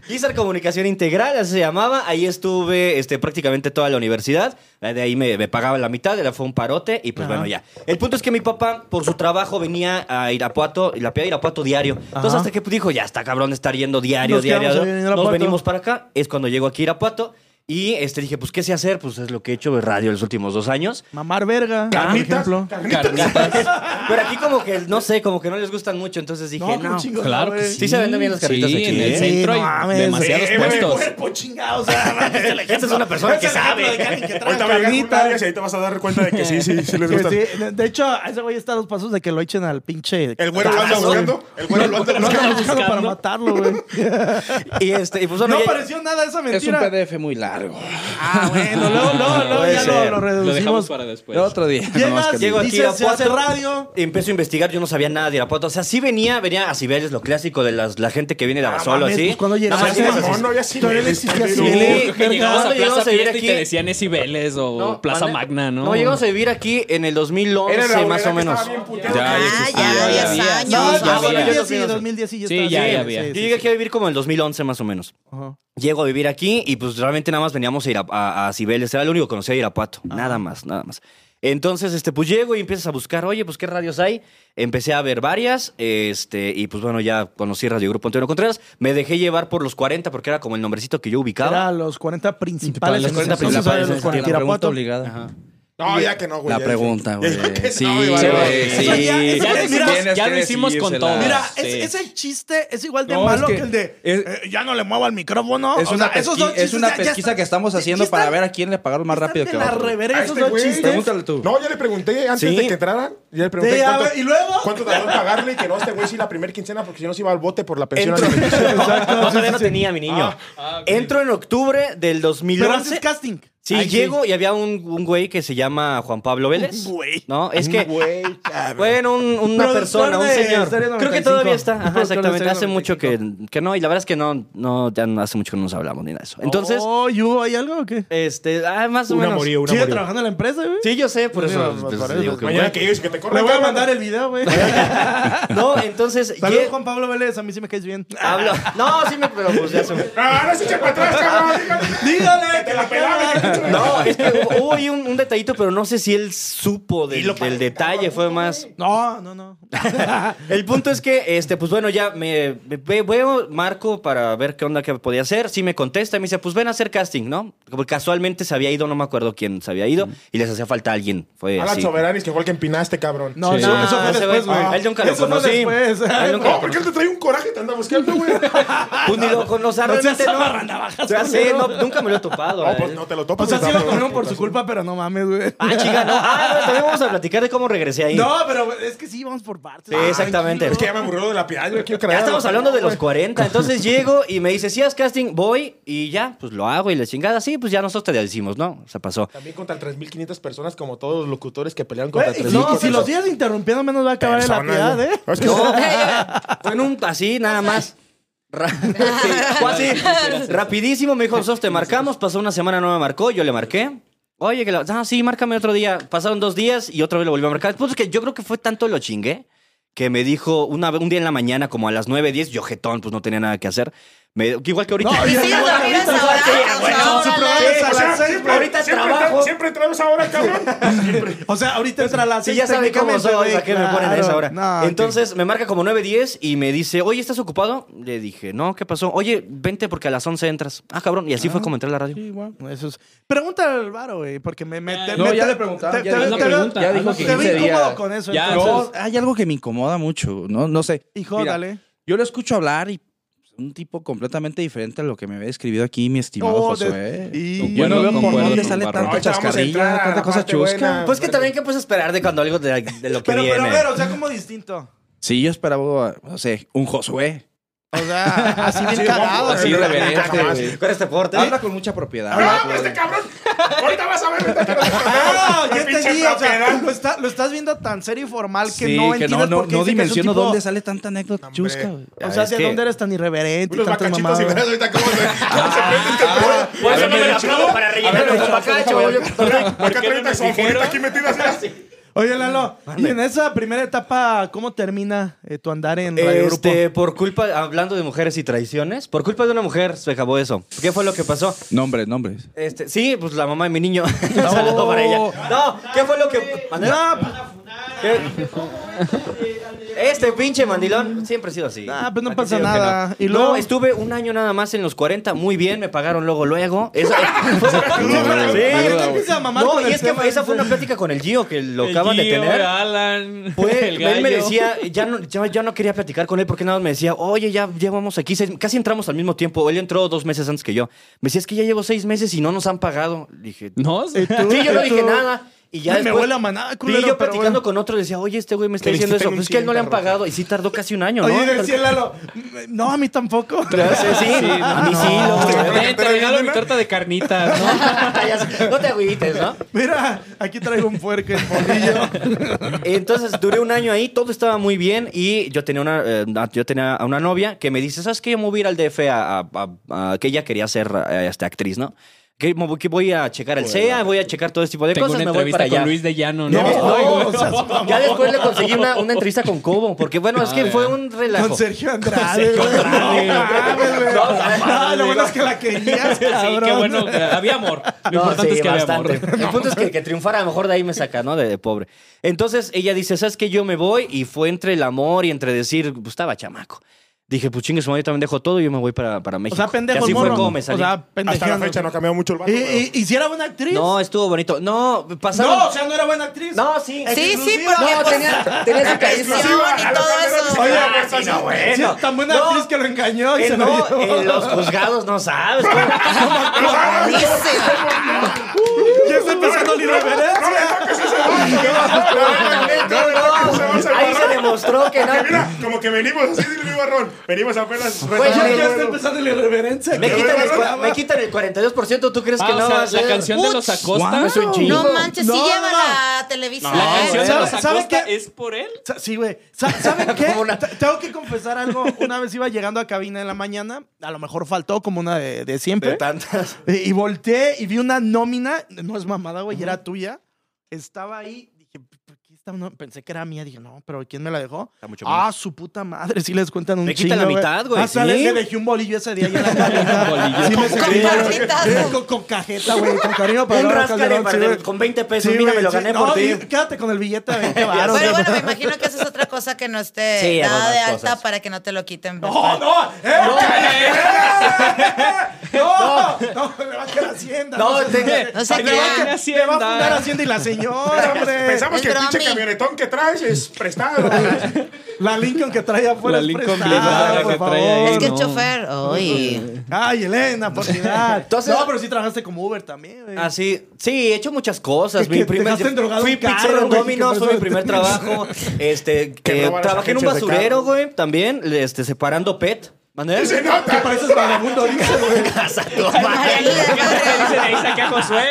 Guizar Comunicación Integral, así se llamaba. Ahí estuve este, prácticamente toda la universidad. Eh, De ahí me, me pagaba la mitad, era, fue un parote y pues Ajá. bueno, ya. El punto es que mi papá, por su trabajo, venía a Irapuato, y la pedía a Irapuato diario. Entonces, Ajá. hasta que dijo, ya está cabrón de estar yendo diario, Nos diario. quedamos diario. ahí en Nos Irapuato. venimos para acá, es cuando llego aquí a Irapuato. Y este, dije, pues, ¿qué sé hacer? Pues es lo que he hecho de radio los últimos [laughs] dos años. Mamar verga, por Carnitas, ejemplo. Carnitas. Pero aquí como que, no sé, como que no les gustan mucho. Entonces dije, no. un chingo, Claro que güey. sí. Sí se venden bien las carnitas Sí, aquí, en el ¿eh? centro hay Sí, no mames. demasiados Sí, güey, puestos. cuerpo chingado, o sea, es el Esta es una persona que sabe. Ahorita va a llegar Bulgarias y ahí te vas a dar cuenta de que sí, sí, sí les gustan. Sí, de- de hecho, a ese güey está a dos pasos de que lo echen al pinche. El güero lo anda Calazo. buscando. El güero lo anda No buscando. andan buscando para buscando. matarlo, güey. Y este, y pues bueno, No ya- pareció nada esa Es un mentira. PDF muy largo. Ah, bueno, luego, luego, luego Puede ya lo, ser. lo Lo dejamos reducimos. para El después. otro día. nomás que- Llegas, Ah, Llego aquí a dices, se hace Irapuato. radio. Empiezo a investigar, yo no sabía nada de Irapuato. O sea, sí venía, venía a Cibeles, lo clásico de las, la gente que viene Ah, de Abasolo, mames, así. pues, ¿cuándo Nada llegaste? más ibas así. No, no, ya sí. Todavía existía Sí, Cibeles. que llegabas Llegabas a Plaza a Plaza Fiesta Fiesta y te decían es Cibeles o No, Plaza ¿mande? Magna, ¿no? No, llegamos a vivir aquí en el 2011, Era la obrera más que o menos. estaba bien puteada. Ya, ya Ah, existía, ya, ya 10 había. años. No, ya había. 2010 y 2010 y ya Sí, estaba. ya, ya sí, había. sí, Yo sí, llegué sí. aquí a vivir como en el 2011, más o menos. Ajá. Llego a vivir aquí y pues realmente nada más veníamos a ir a, a- a Cibeles. Era lo único que conocía de Irapuato. Nada más, nada más. Entonces, este, pues llego y empiezas a buscar, oye, pues qué radios hay. Empecé a ver varias, este, y pues bueno, ya conocí Radio Grupo Antonio Contreras. Me dejé llevar por los 40 porque era como el nombrecito que yo ubicaba. Era los 40 principales. Los 40 entonces, principales, era los sí, La 40 pregunta Irapuato. obligada. No, ya que no, güey. La ya. pregunta, [laughs] güey. Ya que Sí, no, güey, Iván. sí. Eso ya- eso Ya ya lo es- hicimos- mira, ya lo hicimos con todo. Mira, Sí. es- ese chiste es igual de No, malo es que, que el de es- eh, ya no le muevo al micrófono. Es O una, sea, esos pesqui- dos es chistes una ya- ya pesquisa están- que estamos ya haciendo están- para ver a quién le pagaron más están rápido de que la otro. reverga Ah, esos este dos güey. chistes. Pregúntale tú. No, ya le pregunté antes Sí. de que entraran. Ya le pregunté Sí, a cuánto, ver, ¿y luego? cuánto tardó en pagarle y que no, este güey sí la primera quincena porque si no se iba al bote por la pensión. Entro. [laughs] alimenticia. [laughs] No, todavía no tenía mi niño. Entro en octubre del Pero 2011. haces casting. Sí, llego y había un, un güey que se llama Juan Pablo Vélez. Güey. No, es que. [laughs] Güey, cabrón. Bueno, un- una Productor persona, un de señor. Stereo Creo que 95. todavía está. Ajá, Productor de exactamente. Stereo Hace mucho que, que no, y la verdad es que no, no, ya no- hace mucho que no nos hablamos ni nada de eso. Entonces, Oh, ¿y hubo ahí algo o qué? este, ah, más o Un menos. amorío, un ¿Sigue amorío. trabajando en la empresa, güey? Sí, yo sé, por Mira, eso. me pues, parece. digo que- Mañana que ellos que te corran. Le voy a cabrón. mandar el video, güey. [laughs] No, entonces. Saludos, lle- Juan Pablo Vélez. A mí sí me caes bien. [laughs] hablo- No, sí me. Pero pues [laughs] ya se me- Ah, no se echa para atrás, cabrón. dígale. Dígale. Te la pelaron. No, es que hubo, hubo ahí un, un detallito, pero no sé si él supo del, del detalle, fue más. No, no, no. El punto es que, este, pues bueno, ya me, me- ve- veo, marco para ver qué onda que podía hacer. Sí me contesta, me dice, pues ven a hacer casting, ¿no? Como casualmente se había ido, no me acuerdo quién se había ido, y les hacía falta alguien. Fue Alan así. Soberanis, que igual que empinaste, cabrón. No, Sí. eso, No, eso fue ese después, güey- güey. a él nunca lo Eso fue conocí. después. A él nunca No, porque él te trae un coraje, te anda buscando, [laughs] güey. Pues ni lo cono- o sea, No seas realmente no. amarranavajas, Ya sé, culero. no, nunca me lo he topado. No, eh. pues no te lo O topas. sea, sí lo cabrón. comieron por su culpa, pero no mames, güey. Ah, chica, no. Ah, no, también vamos a platicar de cómo regresé ahí. [laughs] No, pero es que sí, vamos por partes. Sí, exactamente. Es que ya me aburrió de la piedad, güey. Quiero Ya creer. estamos hablando de los 40. Entonces llego y me dice, si haz casting, voy y ya, pues lo hago y la chingada. Sí, pues ya nosotros te la decimos, ¿no? Se pasó. También contra 3.500 personas, como todos los locutores que pelearon Güey, contra y si- 3.500 y si los sigues interrumpiendo, menos va a acabar en la Personas, piedad, güey. ¿eh? No, es que- No, [laughs] fue en un así, nada más. Ra- Sí, fue así, rapidísimo, me dijo, nosotros te marcamos, pasó una semana, no me marcó, yo le marqué. Oye, que la... Ah, sí, márcame otro día. Pasaron dos días y otra vez lo volví a marcar. El punto es que yo creo que fue tanto lo chingué que me dijo una, ve- un día en la mañana, como a las 9, 10, yo jetón, pues no tenía nada que hacer. Me- igual que ahorita. No, Y ya, sigues ya, dormido ya, a esa ya, hora, ya, o sea, bueno, su órale. programa es a O sea, las seis, siempre- pues, ahorita siempre trabajo. entra- Siempre entramos ahora, cabrón. Siempre. O sea, ahorita entra la Sí, ya sabe cómo soy, ¿a qué me ponen a esa hora? Entonces me marca como 9.10 y me dice, oye, ¿estás ocupado? Le dije, no, ¿qué pasó? Oye, vente porque a las 11 entras. Ah, cabrón, y así fue como entré a la radio. Eso es... Pregúntale al varo, güey, porque me... me te- No, me- ya te- le preguntaron, te- ya te- dijo- te- haz la pregunta, te- haz la Te vi pregunta. incómodo con eso. Ya, entonces. No, hay algo que me incomoda mucho, no, no sé. Hijo, Mira, dale. Yo lo escucho hablar y es un tipo completamente diferente a lo que me había escribido aquí mi estimado Oh, de- Josué. y- Yo no veo por Concuerdo dónde con sale Barba. tanta Ahorita vamos a entrar chascarrilla, a la tanta cosa parte chusca. buena. Pues que también, ¿qué puedes esperar de cuando algo de, de lo Pero, que pero, viene? pero, o sea, como distinto. Sí, yo esperaba, no sé, un Josué. O sea, [laughs] así bien cagado. así güey. reverente, Jamás. güey. Con este porte. Habla con mucha propiedad. ¡Ah, pero pues, este cabrón! Ahorita vas a ver. ahorita te lo- [laughs] [laughs] Ah, La ya pinche entendí. O sea, propiedad. lo, está- lo estás viendo tan serio y formal que Sí, no que entiendes no, no, por qué dice que no es un dimensiono tipo- dónde sale tanta anécdota Hombre. chusca. güey. O sea, Es ¿de que- dónde eres tan irreverente? Unos tantas bacachitos y mamadas? verás ahorita cómo se cómo se prende este pedo. Por eso no me la aplaudo para rellenar con bacacho. yo- Acá trae una sabanita aquí metida [laughs] así. Oye, Lalo, y en esa primera etapa, ¿cómo termina eh, tu andar en Radio Grupo? Este, por culpa, hablando de mujeres y traiciones, por culpa de una mujer se acabó eso. ¿Qué fue lo que pasó? Nombres, nombres. Este, [laughs] sí, pues la mamá de mi niño. Un saludo para ella. No, ¿qué fue lo que. ¿Mandé? No, Este pinche mandilón siempre ha sido así. Ah, pues no ¿A qué pasa te digo que nada? no? Y No, luego- estuve un año nada más en los 40, muy bien, me pagaron luego, luego. [laughs] Eso- Sí, no empieza a mamar no, con y el es que tema esa ese. fue una plática con el Gio que lo acaban de Gio, tener. Alan, [laughs] Fue- el él me gallo. decía, ya no, ya, ya no quería platicar con él porque nada más me decía, oye, ya llevamos aquí, seis- casi entramos al mismo tiempo. Él entró dos meses antes que yo. Me decía, es que ya llevo seis meses y no nos han pagado. [laughs] Le Dije, No, ¿Y tú? sí, yo no ¿Y dije tú? nada. Y ya Ay, me después, huele a manada, Sí, culero, yo pero platicando bueno. con otro decía, oye, este güey me está Que le diciendo quiten eso. un Pues es que a él no le han chingo, pagado y sí tardó casi un año, ¿no? Oye, decía Lalo, no, a mí tampoco. Pero- [laughs] sí, sí, a mí sí, no. loco. Eh, te regalo mi torta de carnitas, ¿no? Ya sé, no te agüites, ¿no? [laughs] Mira, aquí traigo un puerco en bolillo. Entonces duré un año ahí, todo estaba muy bien y yo tenía una, eh, una- yo tenía a una novia que me dice, ¿sabes qué? Yo me voy a ir al DF a, a- a- a- que ella quería ser eh, este, actriz, ¿no? Que, me voy- que voy a checar el CEA, voy a checar todo ese tipo de Tengo cosas, una me voy para entrevista allá. con Luis de Llano, No, ¿no? no, o sea, Ya después le conseguí una, una entrevista con Cobo, porque bueno, es Ah, que fue un relajo. con Sergio Andrade. güey. No, mames, güey. No, lo bueno es que la querías, [laughs] Sí, cabrón. qué bueno. eh, Había amor. [laughs] Lo No, importante sí, es que bastante. había amor. [laughs] El punto es que, que triunfara, a lo mejor de ahí me saca, ¿no? De, de pobre. Entonces ella dice, ¿sabes qué? Yo me voy y fue entre el amor y entre decir, pues estaba chamaco. Dije, pues chingue su madre, yo también dejo todo y yo me voy para, para O México. sea, y pendejo así el fue morro. como me o salí. sea, pendejo. Hasta la fecha no ha cambiado mucho el vato. ¿Y, pero- y, y si era buena actriz? No, estuvo bonito. No, pasaron... No, o sea, no era buena actriz. No, sí. Sí, sí, Exclusiva. porque No, pues, tenía, tenía su carisma. televisión y todo eso. Oye, Ah, pues, sí, no, bueno. sí, tan buena No. actriz que lo engañó y Eh, se lo no, llevó. en los juzgados no [laughs] sabes. Buenísimo. Ya está empezando la ¿eh? irreverencia. Ahí se demostró que no. Que [laughs] mira, como que venimos así, dile mi barrón. Venimos apenas. Pues, Ya, retomando ya el está vuelo. empezando la irreverencia. Ah, Me que quitan, el, no cua- esperaba. me quitan el 42%, ¿tú crees que Ah, no Eh, o va sea, a ser? la canción de los Acosta. Es un chingo. No manches, sí No, lleva no, no. la televisión. La canción de ¿Sabe- los sabe Acosta qué? es por él. Sa- Sí, güey. Sa- [laughs] ¿Saben qué? Como una- T- Tengo que confesar algo. Una vez iba llegando a cabina en la mañana, a lo mejor faltó como una de, de De siempre. tantas. Y y volteé y vi una nómina, no es mamada, güey, era tuya. Estaba ahí, dije, "P- ¿por qué esta no-?" Pensé que era mía, dije, no, pero ¿quién me la dejó? Está mucho ah, su puta madre, sí les cuentan un Me chingo, quitan la mitad, güey, Ah, sale, ¿sí? le dejé un bolillo ese día. ya [laughs] en la cabina. Bolillo. Sí me Con sentí, carnitas. güey, Con, con cajeta, güey, con cariño para Un Lalo rascale Calderón, para sí, del- güey. con 20 pesos. Sí, Mira, güey, me lo sí. gané No, por ti. y Quédate con el billete [laughs] de 20 varos, Pero güey. bueno, me imagino que esa es otra cosa que no esté Sí, esas dada de otras alta cosas. para que no te lo quiten. ¡No, Oh, no! ¡Eh! ¡Eh! ¡No! ¡No! ¡Le va a quedar Hacienda! No, se- te- no se le va a crean. que- ¡Le va a fundar Hacienda y la [laughs] señora, hombre! Pensamos Es que el pinche broma. camionetón que traes es [laughs] prestado. La Lincoln que traía afuera La es Lincoln prestada, blindada por que favor. traía ahí. Es que el No. chofer, uy. ¡Ay, Elena, [laughs] por piedad. Entonces- No, pero sí trabajaste como Uber también, güey. Así, sí, he hecho muchas cosas. Que- Mi que primer, dejaste drogado fui un carro, pizzero en güey, Domino's, que fue mi pasó. primer trabajo. [laughs] Este, que robaras trabajé en un agencias de basurero, carro. güey, también, este, separando PET. ¿Manuel? Se Te nota. pareces vagabundo [laughs] ahorita, güey. Casa tu madre. Ay, ay, ay. Dice, ahí saqué a Josué.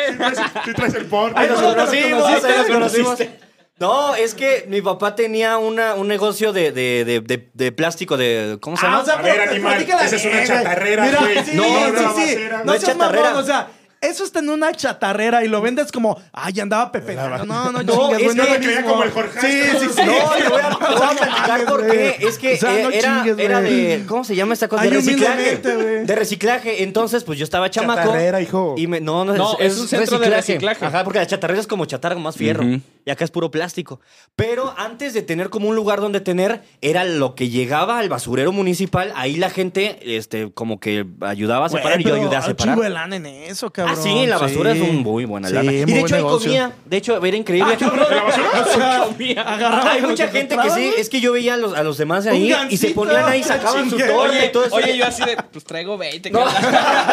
Tú traes el porro. Ahí nos ¿Cómo te lo conocimos, conociste? ahí nos ¿Te conocimos. conociste? No, es que mi papá tenía una, un negocio de, de, de, de, de plástico, de. ¿Cómo se Ah, llama? o sea, A ver, pero animal, platícala esa es una bien, güey. chatarrera, Mira, güey. Sí, No, no, sí, no, sí. basura. No, No es seas mamón, chatarrera. o sea, eso está en una chatarrera y lo vendes como, ay, andaba Pepe. No, no, no, chingues, es güey, no que es lo creía mismo. como el Jorge. Sí, sí, sí. No, [laughs] le voy a, le voy a platicar mames, por güey. qué. Es que O sea, eh, no era, chingues, era güey. de. ¿Cómo se llama esta cosa? Ay, de reciclaje. humildemente, güey. De reciclaje. Entonces, pues yo estaba chamaco. Chatarrera, hijo. Y me- no, no, No, es un centro de reciclaje. Ajá, porque la chatarrera es como chatarra más fierro. Y acá es puro plástico. Pero antes de tener como un lugar donde tener, era lo que llegaba al basurero municipal. Ahí la gente, este, como que ayudaba a Güey, separar y yo pero ayudé a hay un ah, chingo de separar. lana en eso, Ah, cabrón. sí, la basura Sí. es un muy buena Sí, lana. muy y de buen hecho ahí negocio. [laughs] comía. De hecho, era Ah, increíble. O sea, [laughs] Ah, agarraba Hay lo mucha que gente que sí, encontraba. [laughs] es que yo veía a los, a los demás Un ahí y se gansito, ponían [laughs] ahí, sacaban su chingue. torta y Oye, todo eso. oye, yo así de, pues traigo 20. No. cabrón.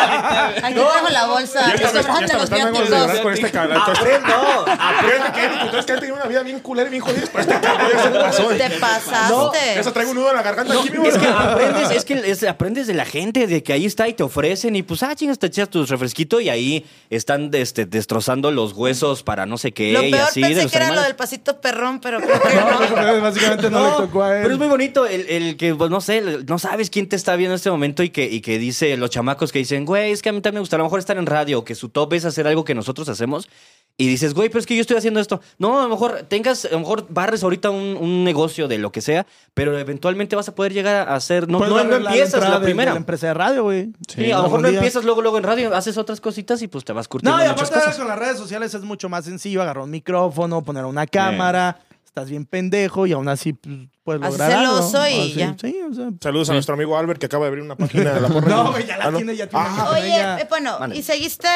Aquí traigo la bolsa. Ya Me está, ya sobraron de está, los me están dando ganas de llorar viáticos. con este cabrón. Entonces, Aprendo. Fíjate que hay putas que han tenido una vida bien culera y bien jodida. Pero este cabrón ya se pasó. Te pasaste. Ya se traigo un nudo en la garganta aquí, mi Es que barrón. aprendes, es que es- aprendes de la gente, de que ahí está y te ofrecen y pues, ah, chingas, te echas tu refresquito y ahí están este, destrozando los huesos para no sé qué Lo y peor así de pensé los que era lo animales. del pasito perrón, pero creo que no. Básicamente [laughs] [laughs] no, le tocó a él. Pero es muy bonito el, el que, pues, no sé, el- no sabes quién te está viendo en este momento y que, y que dice, los chamacos que dicen, güey, es que a mí también me gusta, a lo mejor estar en radio, que su top es hacer algo que nosotros hacemos. Y dices, güey, pero es que yo estoy haciendo esto. No, a lo mejor tengas, a lo mejor barres ahorita un, un negocio de lo que sea, pero eventualmente vas a poder llegar a hacer. No, Puedes no, no arreglar empiezas entrada la de- primera. de la empresa de radio, güey. Sí, a lo mejor no Algún día. empiezas luego, luego en radio, haces otras cositas y pues te vas curtiendo No, y muchas aparte ahora cosas. con las redes sociales es mucho más sencillo agarrar un micrófono, poner una cámara. estás bien pendejo y aún así pues, puedes Así lograr algo. celoso y Así, ya. Sí, o sea. Saludos a nuestro amigo Albert que acaba de abrir una página de la porra. No, güey, ya la Ah, ¿no? tiene, ya tiene. Ah, con Oye, ella. eh, bueno, y seguiste,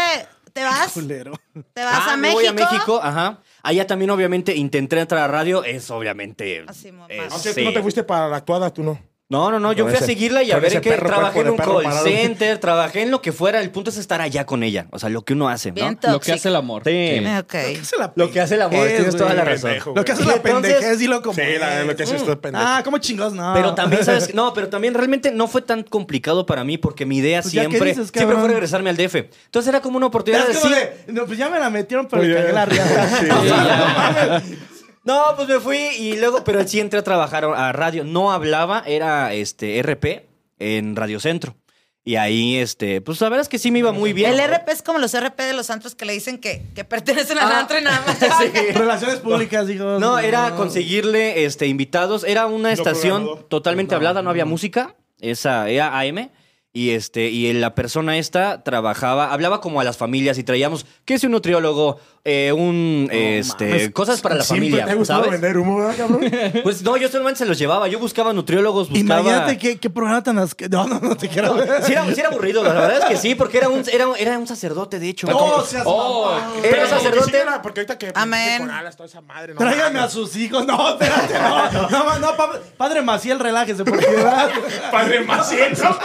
te vas, Culero. te vas Ah, a, me México? voy a México, ajá. Allá también, obviamente, intenté entrar a radio. Es obviamente. eh, Así, mamá. es- O o sea, tú no te fuiste para la actuada, tú no. No, no, no, yo Con fui a ese- seguirla y a con ver ese que perro, trabajé cuerpo en de un perro call parado. center, trabajé en lo que fuera. El punto es estar allá con ella. O sea, lo que uno hace, ¿no? Bien Lo que hace el tóxica. amor. Sí. Eh, Ok. Se la Lo que hace el amor, pendejes, tienes toda güey. la razón. Pendejo, güey. Lo que hace la Y entonces- pendejez, dilo como. Sí, la, lo que haces está pendejo. Ah, ¿cómo chingados? No. [laughs] Pero [laughs] también, ¿sabes? qué? No, pero también realmente no fue tan complicado para mí porque mi idea Pues ya, ¿qué siempre, dices, siempre fue cabrón? regresarme al DF. Entonces era como una oportunidad de Es como decir... de, no, pues ya me la metieron, pero Oye. le cagué la riata. Sí. O [laughs] sea, [laughs] no mames. No, pues me fui y luego, pero sí entré a trabajar a radio. No hablaba, era este RP en Radio Centro. Y ahí, este, pues la verdad es que sí me iba muy bien. El RP es como los RP de los antros que le dicen que, que pertenecen al Ah. antro y nada más. [laughs] Relaciones públicas, dijo. No, era conseguirle este, invitados. Era una estación programador. totalmente hablada, no había música. Esa era AM. Y, este, y la persona esta trabajaba, hablaba como a las familias y traíamos, ¿qué es un nutriólogo? Eh, un, este, cosas para la familia, Siempre pues, te ha gustado ¿sabes? vender humo, ¿verdad, [laughs] cabrón? Pues no, yo solamente se los llevaba, yo buscaba nutriólogos, buscaba... Imagínate qué, qué programa tan asque- No, no, no te quiero ver. Sí era, sí era aburrido, la verdad es que sí, porque era un, era, era un sacerdote, de hecho. No, seas Oh, mamón. Era Pero sacerdote. porque sí era- Porque ahorita que. Amén. Con alas, toda esa madre. no Tráigame a mames. sus hijos. No, espérate, [laughs] no. No, ma- no, pa- padre Maciel, relájese, por favor. [laughs] Padre Maciel, ¿no?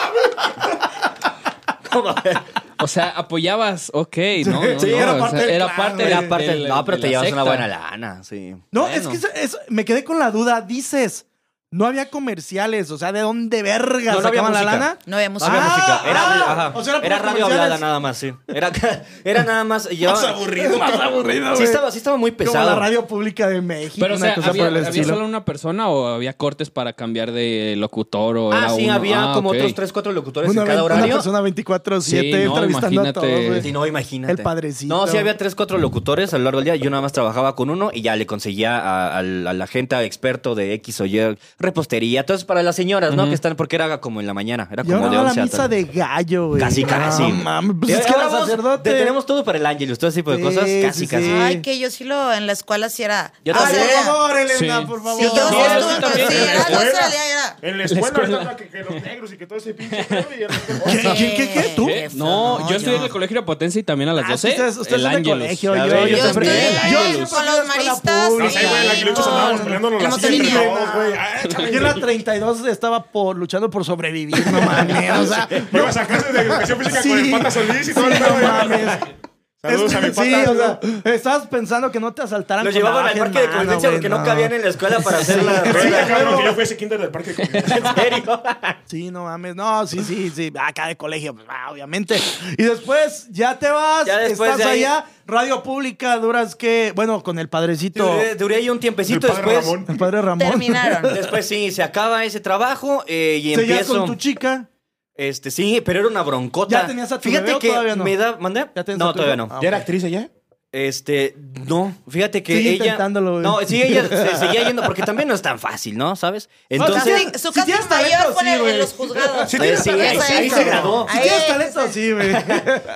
O sea, apoyabas, ok, ¿no? no, Sí, no, era o sea, parte del era clan, parte, güey. Era del- parte del- del- no, pero de te la llevas una secta. buena lana, sí. No, Bueno. es que eso- eso- me quedé con la duda. Dices, no había comerciales. O sea, ¿de dónde verga No, no había sacaban la música. lana? No había No había Ah, música. música. Era, ah, ajá. o sea, era Era puros radio comerciales. hablada nada más, sí. Era, [laughs] era nada más. llevaba- Más aburrido. Más aburrido. sí, estaba, sí estaba muy Como pesado. la radio pública de México. Pero, o una sea, cosa ¿había, por el había estilo. solo una persona o había cortes para cambiar de locutor o Ah, era sí, uno? había Ah, como ok. otros tres, cuatro locutores Una, en cada ve- una horario. persona 24-7 Sí, no, entrevistando a todos. imagínate. güey. Sí, no, imagínate. El padrecito. No, sí había tres, cuatro locutores a lo largo del día. Yo nada más trabajaba con uno y ya le conseguía a, a la a la gente experto de X o Y, repostería. Entonces, para las señoras, ¿no? Que están, porque era como en la mañana. Era Y como ahora de va la 11 a misa tal. de gallo, güey. Casi, casi. No mames, pues Y es que ahora era vamos, sacerdote. te- Tenemos todo para el ángel, todo ese tipo de Sí, cosas. sí, Casi, sí. casi. Ay, que yo sí lo en la escuela sí era. Yo Ah, también. por Ahora, favor, Elena, Sí. por Sí, favor. yo sí No, estuve yo en también. sí, En era la las 12 escuela. del día, era. En la escuela, ahorita que, que los negros y que todo ese pinche pedo, y a los- ¿Qué, qué, qué, qué? ¿Tú? ¿Qué? No, yo estudié en el colegio Irapotense y también a las Ah, 12. ustedes- ustedes el son de Ángelus. colegio, Ya yo- ves, yo Yo siempre- estudié también. Yo con siempre fui a la los escuela maristas. pública. No sé, güey, en la que luchos con- andábamos peleándonos en las sillas entre Motolinía. todos, güey. Ah, échame, Yo en la 32 estaba por, luchando por sobrevivir, no mames. [laughs] O sea, Iba a sacarse de educación física con el Sí. pata Solís y sí, todo el no pedo, güey. mames. Saludos a mi pata. Sí, o sea, estabas pensando que no te asaltaran. Los con llevaban al navaja en parque de mano, convivencia güey, porque no cabían en la escuela para hacer [laughs] la Sí, rueda. cabrón, que yo fui ese kinder del parque. con- ¿En serio? Sí, no mames. No, sí, sí, sí. Acá de colegio, pues, ah, obviamente. Y después ya te vas, Ya después estás de ahí- allá. Radio Pública, duras que. Bueno, con el padrecito. Duré, duré ahí un tiempecito El padre después. Ramón. El padre Ramón. Terminaron. Después sí, se acaba ese trabajo eh, y Seguías empiezo. con tu chica. Este, sí, pero era una broncota. ¿Ya tenías a tu Fíjate bebé o que todavía no? me da, ¿mandé? ¿Ya tenías a no, tu todavía hijo? no. Ah, ¿Ya era actriz ella? Este, no, fíjate que Sigue ella intentándolo, güey. No, sí [laughs] ella se seguía yendo porque también no es tan fácil, ¿no? ¿Sabes? Entonces, Casting- Su si casting tienes talento, mayor fue sí, en- güey. en los juzgados. Sí, eh, sí, ahí, Esa ahí es, se ¿no? graduó. Si Ahí tienes es, talento, sí, güey.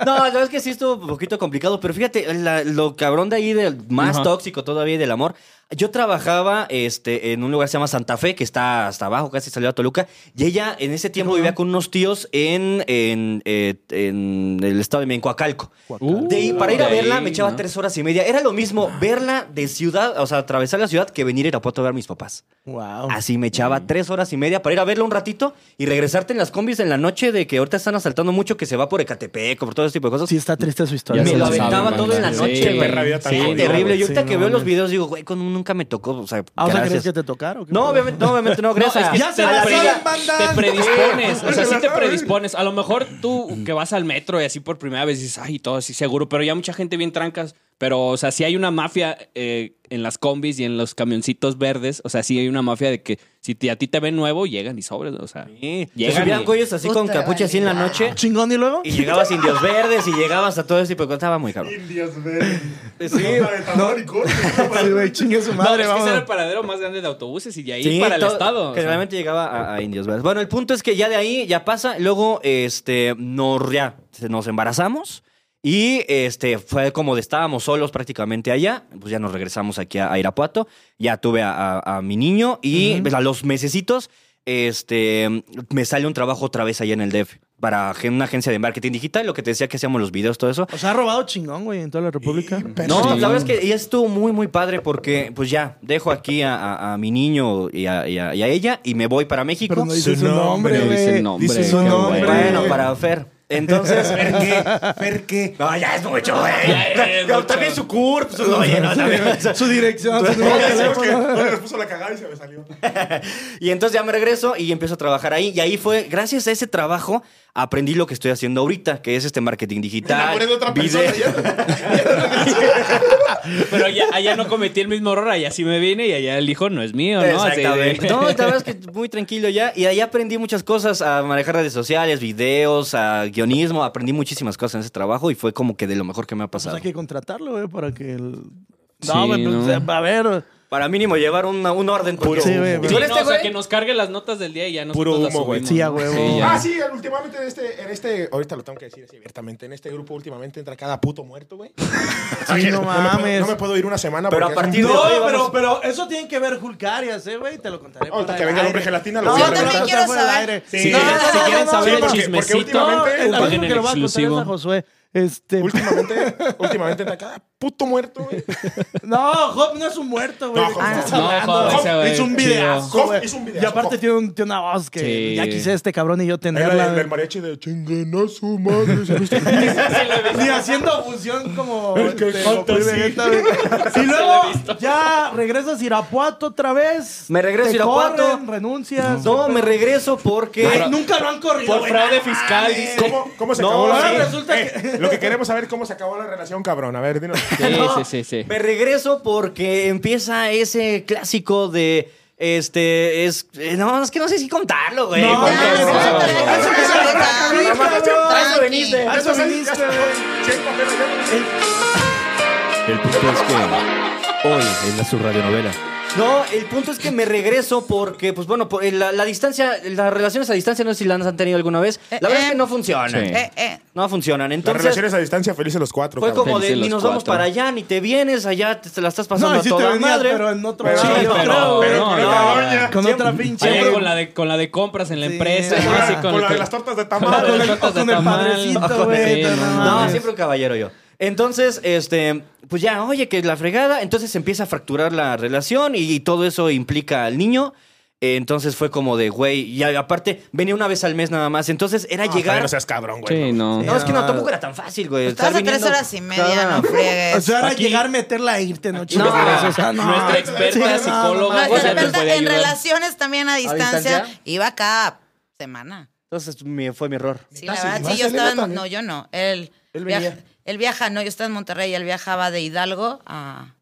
No, la verdad es que sí estuvo un poquito complicado, pero fíjate, la- lo cabrón de ahí del más Ajá. tóxico todavía y del amor. Yo trabajaba este, en un lugar que se llama Santa Fe, que está hasta abajo, casi salió a Toluca, y ella en ese tiempo vivía con unos tíos en, en, eh, en el estado de Mencoacalco. Uh, De ahí, para ir a de ahí, verla me echaba ¿no? Ah. tres horas y media. Era lo mismo verla de ciudad, o sea, atravesar la ciudad que venir a Irapuato a ver a mis papás. Wow. Así me Mm. echaba tres horas y media para ir a verla un ratito y regresarte en las combis en la noche de que ahorita están asaltando mucho, que se va por Ecatepec, por todo ese tipo de cosas. Sí, está triste su historia. Ya me se lo la saben, aventaba todo en la sí, noche, qué güey. perra vida tan Sí, jodida, terrible. güey. Y ahorita Sí, que no veo los mames. videos digo, güey, con nunca me tocó, o sea, Ah, o sea, ¿crees gracias. que te tocaron? No, obviamente no, [laughs] obviamente no, No, es gracias. que Ya te se la pre- saben, banda. Te predispones, o sea, sí [laughs] te predispones. A lo mejor tú que vas al metro y así por primera vez dices, ay, todo así seguro, pero ya mucha gente bien trancas. Pero, o sea, sí hay una mafia eh, en las combis y en los camioncitos verdes. O sea, sí hay una mafia de que si te- a ti te ven nuevo, llegan y sobres, o sea. Sí. Llegan Se subían y- güeyes así con Puta capucha así en la noche. Chingón y [laughs] luego. Y llegabas indios verdes y llegabas a todo ese tipo de cosas. Estaba muy cabrón. Indios verdes. Sí. No, ni corte. Sí, güey, chingue su No, madre, es que vamos. ese era el paradero más grande de autobuses y de ahí Sí, para el todo- estado. o sea. Generalmente llegaba a, a Indios Verdes. Bueno, el punto es que ya de ahí ya pasa. Luego, este, nos, ya, se- nos embarazamos. Y este, fue como de estábamos solos prácticamente allá, pues ya nos regresamos aquí a, a Irapuato, ya tuve a, a- a mi niño y pues, a los mesecitos este, me sale un trabajo otra vez allá en el DF para gen- una agencia de marketing digital, lo que te decía que hacíamos los videos, todo eso. O sea, ha robado chingón, güey, en toda la República. No, la verdad es que ella estuvo muy, muy padre porque pues ya dejo aquí a, a- a mi niño y a, y a- y a ella y me voy para México. Pero no dice Su su nombre, nombre, güey. dice nombre, Dice su qué nombre. Bueno, para Fer. Entonces, [laughs] Fer qué, Fer qué. No, ya es mucho, güey. Pero También su CURP, su oye, no, también. [laughs] Su [laughs] dirección, su número de Decimos que teléfono. bueno, les puso la cagada y se me salió. Y entonces ya me regreso y empiezo a trabajar ahí. Y ahí fue, gracias a ese trabajo, aprendí lo que estoy haciendo ahorita, que es este marketing digital. Me enamoré de otra video. persona. ya. Pero allá, allá no cometí el mismo error, allá sí me vine y allá el hijo no es mío, ¿no? Así de- Exactamente. No, la verdad es que muy tranquilo ya. Y ahí aprendí muchas cosas, a manejar redes sociales, videos, a guionismo. Aprendí muchísimas cosas en ese trabajo y fue como que de lo mejor que me ha Pues pasado. hay que contratarlo, güey, para que el... Sí, No, güey, pues, no. o sea, a ver. Para mínimo llevar una- un orden. porque- Sí, güey, ¿Y güey. Sí, con no, este o sea, güey? que nos cargue las notas del día y ya Puro nosotros las humo, güey. subimos. Sí, a huevo. ya. Ah, sí, últimamente en este, en este, ahorita lo tengo que decir así abiertamente, en este grupo últimamente entra cada puto muerto, güey. Sí, [laughs] no me puedo- mames. no me puedo ir una semana. Pero porque a partir es No, un- de hoy pero, vamos- pero eso tiene que ver Julcarias, ¿eh, güey? Te lo contaré. Ahorita fuera que del venga el aire. hombre gelatina, Oh, lo No, voy a yo también reventar. quiero Fuera del saber. aire. Sí, Si no, quieren, no, si no, quieren no, saber sí, el porque- porque chismecito, últimamente- No, busquen el en que lo va a contar es exclusivo. a Josué. Este, Últimamente, últimamente entra cada puto muerto, güey. no, Hop no es un muerto, güey. No, ¿De qué Hop estás no. No, hablando? Hop, Hop ese güey, es un chido. videazo, Hop güey. es un Y videazo, aparte Hop. tiene, un- tiene una voz que Sí. ya quise este cabrón y yo Era el, tenerla. el mariachi de chinguen a su madre. se viste bien". [laughs] Ni haciendo fusión como. El que este, canta Goku y así. Vegeta, güey. Y luego ya regresas a Irapuato otra vez. Me regreso a Te Irapuato. corren, renuncias. No, me regreso porque... Ay, nunca lo han corrido. Por güey. fraude fiscal, dice. ¿Cómo, ¿Cómo se No, acabó ahora la relación? Eh, resulta Lo que queremos saber cómo se acabó la relación, cabrón. A ver, dinos. Sí, No, sí, sí, sí. Me regreso porque empieza ese clásico de. Este es. eh, No, es que no sé si contarlo, güey. Ah, No, Porque- no, no, no, no, no, no, no, no. A eso veniste. A eso veniste, El punto es que hoy es la su radionovela. No, el punto es que me regreso porque, pues bueno, por- la, la distancia, las relaciones a distancia, no sé si las han tenido alguna vez. La Eh, verdad es eh. que no funcionan. Sí. Eh, eh. No funcionan. Las Entonces, relaciones a distancia, felices los cuatro. fue cabrón. como de Felices ni los nos vamos cuatro. para allá, ni te vienes, allá te, te la estás pasando No, y a sí te toda venías, madre. pero en otro Pero lado, sí, yo pero- creo, pero güey. con No, otra doña. Con otra pinche. Allá güey. con la de, con la de compras en la Sí. empresa, ¿no? Con la- Así con la de que- las tortas de con la de tamal. las O tortas con de el tamal, padrecito, o con- güey, Sí, no no, mames. No, siempre un caballero yo. Entonces, este, pues ya, oye, que la fregada. Entonces se empieza a fracturar la relación y, y todo eso implica al niño. Eh, Entonces fue como de, güey, y a- aparte venía una vez al mes nada más. Entonces Ah, era llegar. No seas cabrón, güey. Sí, no. No, es que no, tampoco era tan fácil, güey. Estabas Estar a tres viniendo horas y media, cada- no friegues. O sea, era Aquí- llegar, meterla e irte, no chingas. No, o sea, no. nuestra experta Sí, no, no, psicóloga, no, o sea, Nuestra nos experta puede en ayudar. relaciones también a distancia, distancia? iba cada semana. Entonces mi- fue mi error. Sí, la verdad, sí, yo estaba en, No, yo no. Él, viaja, él viaja, no, yo estaba en Monterrey, él viajaba de Hidalgo a,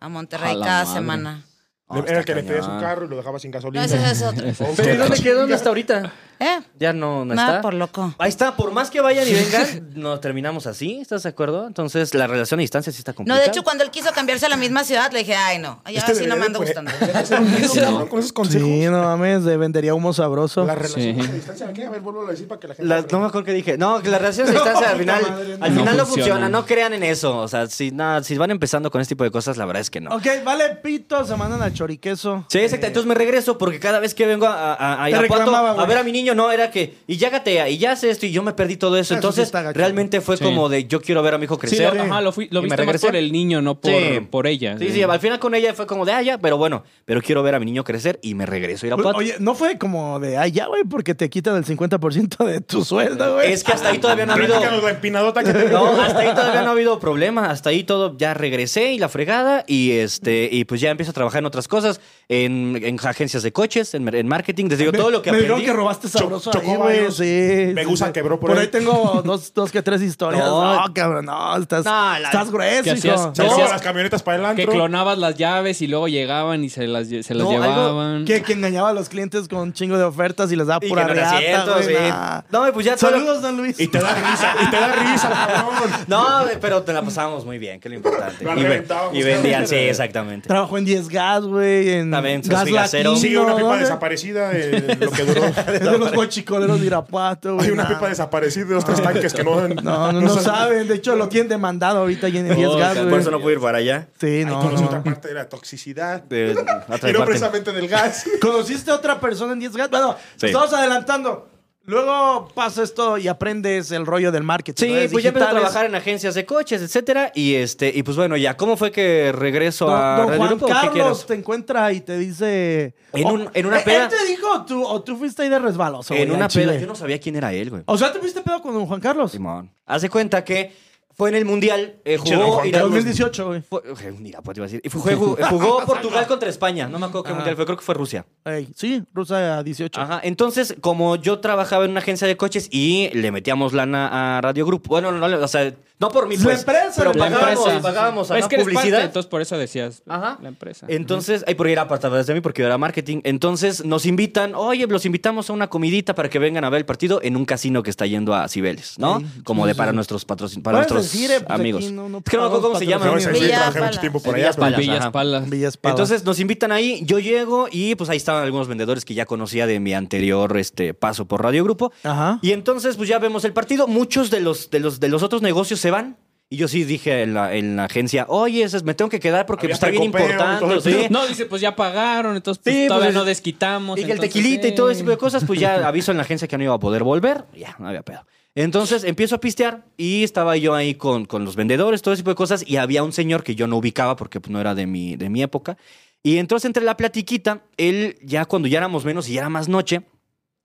a Monterrey A la cada madre. semana. Le- Era el que le pedía su carro y lo dejaba sin No, gasolina. ese es otro. Pero ¿y dónde quedó? ¿Dónde está ahorita? ¿Eh? Ya no, no Nada está. por loco. Ahí está, por más que [laughs] vayan y vengan, no terminamos así, ¿estás de acuerdo? Entonces la relación a distancia sí está No, complicada. de hecho, cuando él quiso cambiarse a la misma ciudad, le dije, ay, no, ya Este sí debería no me anda de gustando. poner- debería ser un libro, cabrón, Con esos consejos. Sí, no mames, de- vendería humo sabroso. Las relaciones Sí. a distancia, ¿qué? A ver, vuelvo a decir para que la gente. Las- no me acuerdo que dije. No, que las relaciones a distancia al [laughs] final, al no. final no, No funciona. funcionan. No crean en eso. O sea, si, nada, si van empezando con este tipo de cosas, la verdad es que no. Ok, vale, pito, se mandan al choriqueso. Sí, exacto. Entonces me regreso porque cada vez que vengo a, a, a Te Irapuato reclamaba, a güey. ver a mi niño, no, era que, y ya gatea, y ya hace esto, y yo me perdí todo eso. Ah, Eso sí Entonces está gacho. realmente fue Sí. como de yo quiero ver a mi hijo Sí, crecer. lo- ajá, lo, fui, lo Y me viste más regresé. por el niño, no por, Sí. por ella. eh. Sí, sí, al final con ella fue como de, ah, ya, pero bueno, pero quiero ver a mi niño crecer y me regreso a Irapuato. Oye, no fue como de, ay, ya, güey, porque te quitan el 50% de tu sueldo, güey. es que hasta ahí todavía no ha habido. Platícanos la empinadota que [laughs] te [laughs] No, hasta ahí todavía no ha habido problema. Hasta ahí todo ya regresé y la fregada. Y este, y pues ya empiezo a trabajar en otras cosas, en, en agencias de coches, en, en marketing. Les digo todo lo que Me dijeron aprendí. que robaste sabroso chocó ahí, güey. varios. Sí. Me sí, gusta sí. quebró por Por ahí. ahí [laughs] tengo dos, dos que tres historias. No. No, cabrón, no, estás, No, la- estás grueso, que hacías- hijo. no, Sacaba Decías- las camionetas para Que adelante. clonabas las llaves y luego llegaban y se las, lle- se las No, algo llevaban. Que, que engañaba a los clientes con un chingo de ofertas y les daba Y pura que no era reata, cierto, güey, sí. nah. No, y pues ya todo lo- Saludos, Don Luis. Y te da risa, y te da risa, cabrón. No, pero te la pasábamos muy bien, que es lo importante. La y, ve- reventábamos. y vendían, sí, exactamente. Trabajó en 10 gas, güey, en También, gas Sosfigacero. latino. Sigue una pipa ¿dónde? eh, desaparecida de lo que duró. De los los guachicoleros de Irapuato, güey. Hay una nada. pipa desaparecida de los tres tanques que no... No, no, [laughs] no saben. De hecho, lo tienen demandado ahorita y en el 10 gas, Oh, Por güey. eso no pude ir para allá. Sí, Ahí no, conoce no. otra parte de la toxicidad. [laughs] De- otra Y no parte. precisamente del gas. ¿Conociste a otra persona en 10 gas? Bueno, Sí. estamos adelantando. Luego pasa esto y aprendes el rollo del marketing. Sí, redes pues ya empecé a digitales. trabajar en agencias de coches, etcétera. Y este, y pues bueno, ya, ¿cómo fue que regreso Don, a don Radio Juan Grupo? ¿Qué Carlos quieres? te encuentra y te dice... En Oh, un- en una ¿él- peda- ¿Él te dijo o tú, o tú fuiste ahí de resbaloso? En güey, una al Chile? peda, yo no sabía quién era él, güey. O sea, ¿te fuiste pedo con don Juan Carlos? Oh, Simón. Hace cuenta que fue en el Mundial, eh, Che, don jugó Juan En Irapuato- 2018, güey. Fue- eh, un Irapuato iba a decir. Y fue- jugó, eh, [laughs] jugó Portugal contra España. No me acuerdo qué Ajá. mundial fue, creo que fue Rusia. Ey, sí, Rusa 18. Ajá. Entonces, como yo trabajaba en una agencia de coches y le metíamos lana a Radio Grupo. Bueno, no, no, o sea, no por mi La pues, empresa, pero la pagábamos, empresa. pagábamos a es una que eres parte, publicidad. entonces por eso decías Ajá. la empresa. Entonces, ay, porque era apartada de mí, porque yo era marketing. Entonces nos invitan, oye, los invitamos a una comidita para que vengan a ver el partido en un casino que está yendo a Cibeles, ¿no? Como de para nuestros patrocin para Puedes nuestros decir, eh, pues, amigos. aquí no- no es que no me acuerdo cómo se llama. pagamos No, es decir, Villa trabajé Palas. mucho tiempo por allá. En Villas Palas. Villas ajá. Palas. Villa Espada. Entonces nos invitan ahí, yo llego y pues ahí estaban algunos vendedores que ya conocía de mi anterior este, paso por Radio Grupo. Ajá. Y entonces pues ya vemos el partido, muchos de los, de los, de los otros negocios se van. Y yo sí dije en la, en la agencia, oye, esas me tengo que quedar porque Había pues, está bien precopeo y todo importante. el sí". No, dice, pues ya pagaron, entonces pues, Sí, pues, todavía es- no desquitamos. Y que el entonces, tequilita y sí. todo ese tipo de cosas, pues [laughs] ya aviso en la agencia que no iba a poder volver. Ya, no había pedo. Entonces empiezo a pistear y estaba yo ahí con, con los vendedores, todo ese tipo de cosas. Y había un señor que yo no ubicaba porque pues, no era de mi, de mi época. Y entonces entre la platiquita, él ya cuando ya éramos menos y ya era más noche,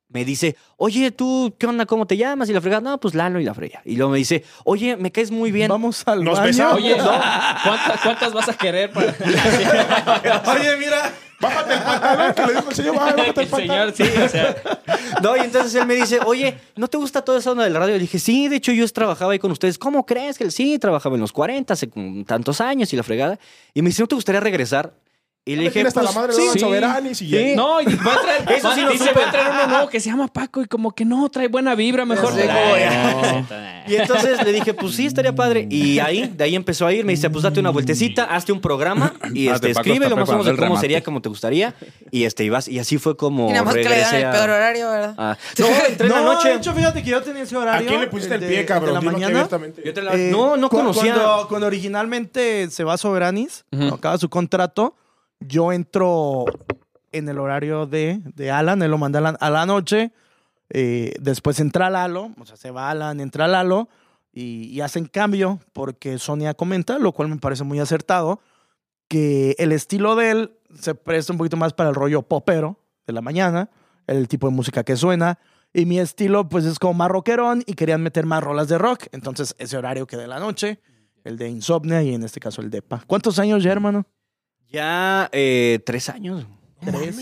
me dice, oye, tú, ¿qué onda? ¿Cómo te llamas? Y la fregada, no, pues Lalo y la freya. Y luego me dice, oye, me caes muy bien. Vamos al Nos baño. besamos. Oye, no, ¿cuántas, cuántas vas a querer [laughs] para Oye, mira. Bájate el pantalón, que le dijo el señor. "Ay, que Bájate el el señor? pantalón. Sí, o [laughs] sea, No, y entonces él me dice, oye, ¿no te gusta toda esa onda de la radio? Le dije, sí, de hecho yo trabajaba ahí con ustedes. ¿Cómo crees que él sí? Trabajaba en los 40, hace como tantos años y la fregada. Y me dice, ¿no te gustaría regresar? Y le Le dije, gira hasta la "Pues, madre sí, de sí". Soberanis y Sí. no, y va a [laughs] traer, Eso sí va- lo dice, supe. va a traer uno nuevo que se llama Paco y como que no, trae buena vibra, mejor. Sí, Ay, como- no. Y entonces le dije, pues sí, estaría padre. Y Mm. ahí, de ahí empezó a ir. Me dice, pues date una vueltecita, hazte un [clears throat] programa y Ah, este, de Paco escribe está lo más o menos de preparando el cómo remate. sería, como te gustaría. Y este, y vas. Y así fue como Y nada más que le dieron regresé el peor a... horario, ¿verdad? a- No, entré en no, la de noche. hecho, fíjate que yo tenía ese ¿A horario. quién le pusiste el de- pie, cabrón? de la Dilo aquí mañana. abiertamente. Yo te la- Eh, no, no cu- conocía. Cuando, cuando originalmente se va Soberanis, cuando acaba su contrato, yo entro en el horario de, de Alan, él lo manda a la, a la noche, eh, después entra Lalo, o sea, se va Alan, entra Lalo, y, y hacen cambio, porque Sonia comenta, lo cual me parece muy acertado, que el estilo de él se presta un poquito más para el rollo popero de la mañana, el tipo de música que suena. Y mi estilo, pues, es como más rockerón y querían meter más rolas de rock. Entonces, ese horario que de la noche, el de insomnia y en este caso el de pa. ¿Cuántos años ya, hermano? Ya eh, tres años. Tres.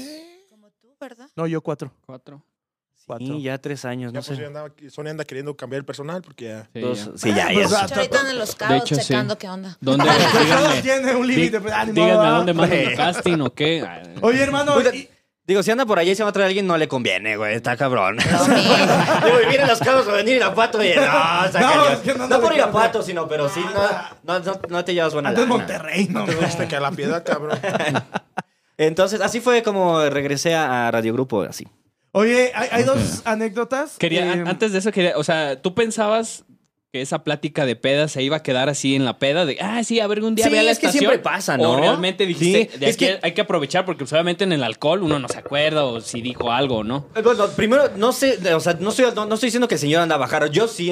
Como tú, ¿verdad? No, yo cuatro. Cuatro. Cuatro. [laughs] Sí, ya tres años, Ya, no pues, ya sé. andaba- Sony anda queriendo cambiar el personal porque ya... Sí, Dos- ya. sí, ya, Pues, ya. ah, Yo ahorita ando en los cabos hecho, sí. checando qué onda. [laughs] ¿Dónde? Todo Díganme, tiene un límite. Dí- pues, ah, ni modo, díganme a ¿ah? dónde mando el casting o qué. Ay, Oye, hermano, Oiga, y- Digo, si anda por allá y se va a traer a alguien, no le conviene, güey. Está cabrón. Sí. [laughs] Digo, vivir en los cabos o venir a Irapuato y... No, está No, cañón. es que no, no No por le- Irapuato, sino, pero sí, no, no, no, no te llevas buena antes lana. Monterrey, no. Te gusta que a la piedad, cabrón. Entonces, así fue como regresé a Radio Grupo, así. Oye, hay, hay dos anécdotas. Quería, Eh, a- antes de eso quería, o sea, ¿tú pensabas que esa plática de peda se iba a quedar así en la peda? De, ah, sí, a ver, un día Sí, ve a la es que estación"? siempre pasa, O ¿no? realmente dijiste, Sí, de es aquí que- hay que aprovechar porque solamente en el alcohol uno no se acuerda o si dijo algo o no. Eh, Bueno, primero, no sé, eh, o sea, no estoy, no, no estoy diciendo que el señor anda a bajar, yo sí,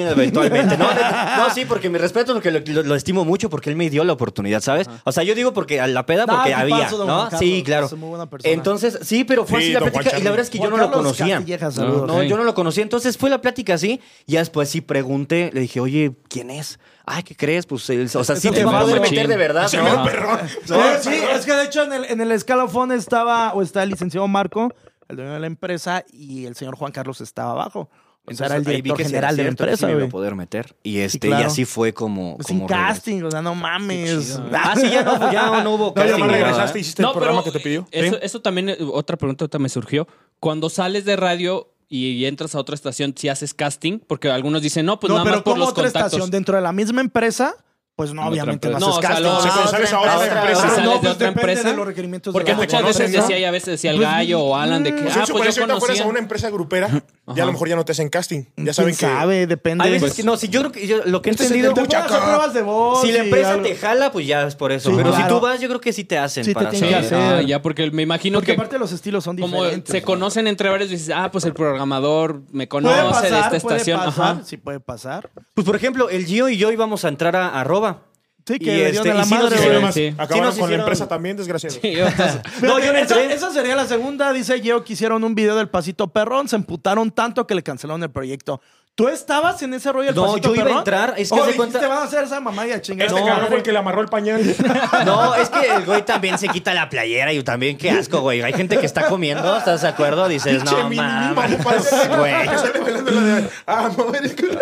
[laughs] eventualmente, ¿no? No, sí, porque mi respeto, porque lo, lo- lo estimo mucho, porque él me dio la oportunidad, ¿sabes? O sea, yo digo porque a la peda, No, porque tipazo, había, don ¿no? Juan sí, Carlos, claro. es muy buena persona. Entonces, sí, pero fue Sí, así la don Juan plática, y la Charlie. verdad es que yo Juan no lo Carlos conocía. Castilleja, No, saludos. no, Sí. yo no lo conocía. Entonces fue la plática así. Y después sí pregunté, le dije, oye, ¿quién es? Ay, ¿qué crees? Pues, él- o sea, sí Este Es te el va a poder machín. meter de verdad, Se me ¿no? da perrón. Eh, sí, es que de hecho en el, en el escalafón estaba, o está el licenciado Marco, el dueño de la empresa, y el señor Juan Carlos estaba abajo. O sea, era el Entonces, ahí vi director que sí era general de la cierto, que sí empresa, me iba a güey. poder meter. Y, este, y claro. así fue como... Pues Sin como regresé. casting, o sea, no mames. Ah, sí, ya no, ya [laughs] no hubo No, ya casting, más ¿verdad? regresaste y ¿Este hiciste el programa que te pidió. Eso, Sí. eso también, eh, otra pregunta ahorita me surgió. Cuando sales de radio y, entras a otra estación, si haces casting, porque algunos dicen, no, pues no, nada más pero por como los otra contactos. estación dentro de la misma empresa, pues no, En otra obviamente empresa. vas No, a o sea, escalar. lo- No, Si Ah, sales otra ahora de empresa. Si pues, sales no, de pues, otra depende empresa. de los requerimientos. Porque de la muchas empresa. veces ¿no? decía, ya a veces decía el gallo o Alan mm, de que, Si ah, eso pues parece yo ahorita fueras conocía. a una empresa grupera, ya a lo mejor ya no te hacen casting. Ya saben ¿Quién que. sabe? Depende. Hay veces Pues, que no, si yo creo que yo, lo que he te- te- entendido. te pueden hacer pruebas de voz Si la y empresa algo. te jala, pues ya es por eso. Sí, Pero si claro. tú vas, yo creo que sí te hacen. Sí te para tienen Sí, que hacer. hacer. no, ya, porque me imagino Porque que aparte los estilos son como diferentes. se conocen entre varios, dices, ah, pues el programador me conoce Puede pasar, de esta puede estación. pasar, Ajá. Sí puede pasar. Pues por ejemplo, el Gio y yo íbamos a entrar a arroba. Sí, Y que le dieron este, a la y sí nos madre. hicieron- güey. Además, Sí, sí. Sí, acabaron nos con la hicieron- empresa también, desgraciado. [laughs] Sí, yo- pues, No, yo no esa, entré. esa sería la segunda, dice Yeo, que hicieron un video del Pasito Perrón, se emputaron tanto que le cancelaron el proyecto. ¿Tú estabas en ese rollo del No, Pasito yo iba a Perrón? entrar, es que Oh, haz de dijiste, cuenta- van a hacer esa mamá y a chingar. Este No, cabrón fue el que le amarró el pañal. No, es que el güey también se quita la playera y también qué asco, güey. Hay gente que está comiendo, ¿estás de acuerdo? Dices, Pinche no mini mimo, mames, parece- güey. que sale bailando la de, "Ah, mover el culo".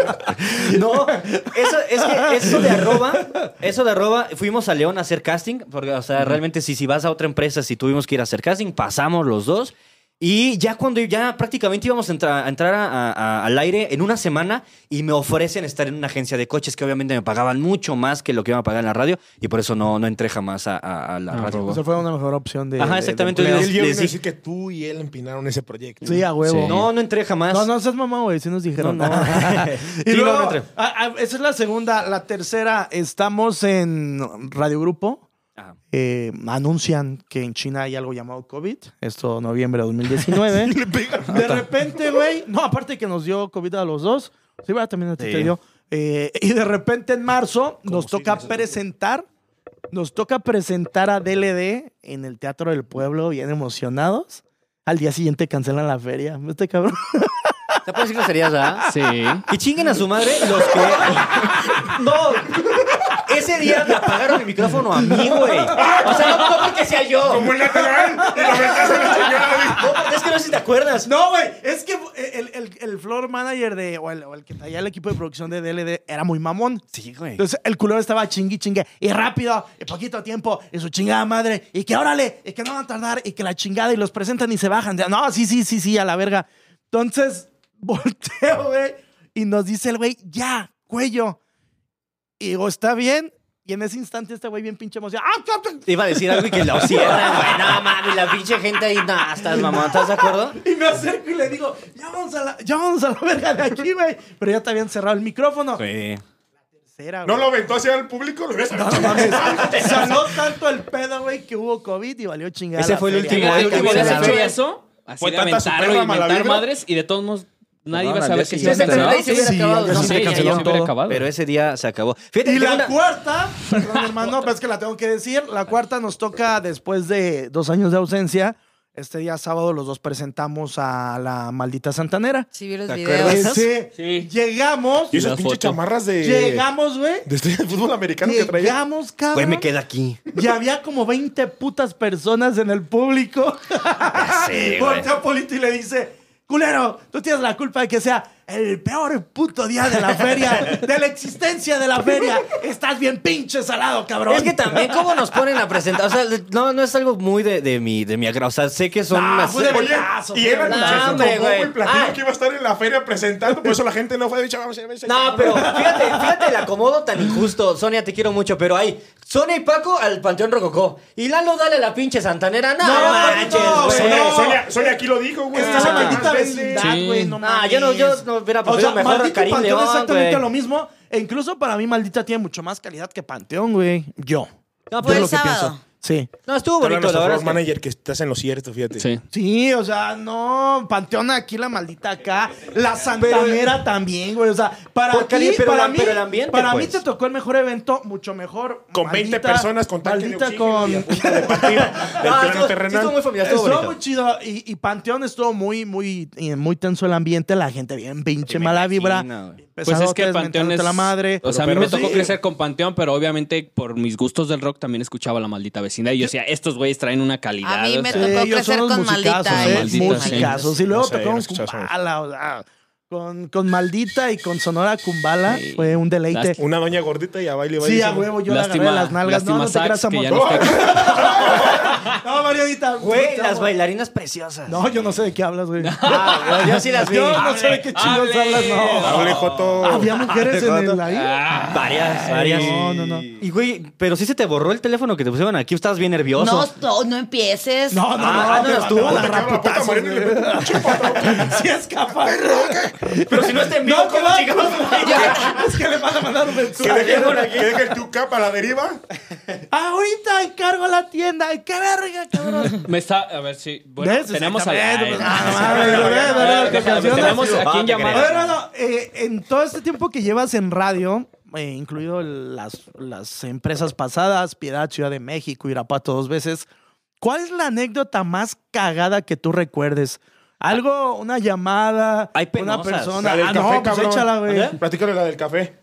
No, eso, es que eso de arroba, eso de arroba, fuimos a León a hacer casting, porque, o sea, realmente si, si vas a otra empresa, si tuvimos que ir a hacer casting, pasamos los dos. Y ya cuando ya prácticamente íbamos a, entra- a entrar a- a- al aire en una semana y me ofrecen estar en una agencia de coches que obviamente me pagaban mucho más que lo que iban a pagar en la radio y por eso no, no entré jamás a, a- a la radio. Esa fue una mejor opción de. Ajá, de- de exactamente. empleo. Les- El guión les vino a dije- decir que tú y él empinaron ese proyecto. Sí, a huevo. Sí. No, no entré jamás. No, no seas mamá, güey. Sí nos dijeron. No, [laughs] no. [laughs] y Sí, luego, no, no entré. ah, ah, esa es la segunda. La tercera, estamos en Radio Grupo. Ajá. Eh, anuncian que en China hay algo llamado COVID. Esto noviembre de 2019. de repente, güey. No, aparte que nos dio COVID a los dos. Sí, ¿verdad? También a ti Sí. te dio. Eh, y de repente en marzo nos toca presentar. Nos toca presentar a DLD en el Teatro del Pueblo, bien emocionados. Al día siguiente cancelan la feria. Este cabrón. ¿Te puedes decir groserías, ah? Sí. Que chinguen a su madre los [laughs] que. No. Ese día le apagaron el micrófono a mí, güey. O sea, no, no porque sea yo. Como el lateral. Y lo aventaste a la chingada. No, porque es que no sé si te acuerdas. No, güey, es que eh, el, el- el floor manager de, o el, o el que traía el equipo de producción de DLD era muy mamón. Sí, güey. Entonces el culero estaba chingui chingue, y rápido, y poquito tiempo, y su chingada madre, y que órale, y que no van a tardar, y que la chingada, y los presentan y se bajan. De- No, sí, sí, sí, sí, a la verga. Entonces [laughs] volteo, güey, y nos dice el güey, ya, cuello. Y digo, está bien. Y en ese instante este güey bien pinche emocionado. ¡Ah, qué- qué- Te iba a decir algo y que lo cierran, güey. No mames, la pinche gente ahí. No, estás mamón, ¿estás de acuerdo? Y me acerco y le digo, ya vamos a la, ya vamos a la verga de aquí, güey. Pero ya te habían cerrado el micrófono. Sí. Cera, No güey. lo aventó hacia el público, lo hubiese aventado. Sanó tanto el pedo, güey, que hubo COVID y valió chingada. Ese fue el Y último- la el gente último que hubiese día hecho de- eso, así Fue de tanta su aventarlo y perra mala inventar vibra. madres, y de todos modos nadie No, iba a al saber que día sí siguiente, cancelado. ¿no? Ahí se hubiera Sí, acabado. ya se No, sí, te ya ya cancelaron se hubiera todo. acabado. Pero ese día se acabó. Fíjate, Y tengo la una- cuarta, perdón hermano, pero es que la tengo que decir, la cuarta nos toca después de dos años de ausencia. Este día sábado los dos presentamos a la maldita Santanera. Sí, vi los ¿Te videos. acuerdas? Ese- Sí. Llegamos, Y esas La pinches foto. chamarras de. llegamos, güey. De este fútbol americano que traía. Llegamos, cabrón. Güey, me quedé aquí. Y había como 20 putas personas en el público. [laughs] Sí, güey. Voltea a Polito y le dice, culero, tú tienes la culpa de que sea el peor puto día de la feria, de la existencia de la feria. Estás bien pinche salado, cabrón. Es [laughs] que también cómo nos ponen a presentar, o sea, no, no es algo muy de, de mi, de mi agrado, o sea, sé que son Ah, unas- fue de Oye, Caso, y él pero- anunció Hombre, con bombo y güey. platillo Ah. que iba a estar en la feria presentando, por eso la gente no fue de bicha, vamos a ver ese No, cabrón". pero fíjate, fíjate el acomodo tan injusto. Sonia, te quiero mucho, pero hay Sonia y Paco al Panteón Rococó. Y Lalo, dale a la pinche Santanera. No, No, manches, no, güey. Sonia, no. Sonia- Sonia aquí lo dijo, güey. Está Ah. la maldita Imbécil. vecindad, Sí. güey. No, No, yo no- yo no hubiera preferido mejor a Maldito Karim Panteón León, exactamente güey. lo mismo. E incluso para mí, maldita tiene mucho más calidad que Panteón, güey. Yo. No, Yo pues, es lo que sábado. pienso. Sí. No, estuvo Habla bonito, la nuestro verdad. floor es que- manager que estás en lo cierto, fíjate. Sí. Sí, o sea, no, Panteón aquí, la maldita acá, la eh, Santanera también, güey, o sea, para Porque ti, alguien- pero para la- mí, pero el ambiente, para mí pues. te tocó el mejor evento, mucho mejor. Con 20 personas con tanque de maldita oxígeno con y a punto de [laughs] partir del Ah, plano estuvo, sí estuvo muy terrenal. familiar, estuvo Estuvo bonito. muy chido y, y Panteón estuvo muy, muy, eh, muy tenso el ambiente, la gente bien pinche mala vibra. imagino, güey. Pues es que Pesadotes, Panteón es... mentándote la madre. O sea, a mí me Pero tocó sí, crecer con Panteón, pero obviamente por mis gustos del rock también escuchaba La Maldita Vecindad. Y yo decía, estos güeyes traen una calidad. A mí o me sea, tocó ellos crecer son los con musicazos, Maldita, eh, Maldita, sí. musicazos. Y luego No sé, tocó no un escuchaba eso. Kumbala, o sea, Con, con Maldita y con Sonora Kumbala Sí. fue un deleite. Lástima. Una doña gordita y a baile y baile. Sí, a huevo, yo Lástima- la agarré de las nalgas. No, no lástima te creas, Sax, que amor. ya no está aquí. No, Marianita. no Güey, te las amo. bailarinas preciosas. No, yo no sé de qué hablas, güey. Ah, yo sí las vi. Yo no sé de qué chingos hable. hablas, no. Hable, Joto. Ah, Había mujeres en el ahí. Varias, varias. No, no, no. Y güey, pero sí se te borró el teléfono que te pusieron aquí, estabas bien nervioso. No, no, no empieces. No, no, Ah, no, no eras tú. te van a Te agarrar la puta putazos, Mariana y le mete un chupatazo. Si es capaz. pero si [laughs] no está en vivo, No, ¿cómo ¿cómo? chingados? es que le van a mandar un Que mensaje. [laughs] deje- que deje el tu capa a la deriva. Ahorita encargo la tienda. ¡Qué verga, cabrón! Me está. A ver, sí. Bueno, ¿Ves? tenemos a. Exactamente, Ay, pues, [laughs] no mames, güey, a güey, ver, güey, déjame, güey, Ah, Tenemos güey, a quién güey, A llamar. ver, no, no, eh, en todo este tiempo que llevas en radio, eh, incluido las, las empresas pasadas, Piedad, Ciudad de México, Irapato dos veces, ¿cuál es la anécdota más cagada que tú recuerdes? Algo, una llamada, Hay una penosas. La persona. del Ah, café, no, pues cabrón. échala, güey. ¿Eh? Platícale la del café.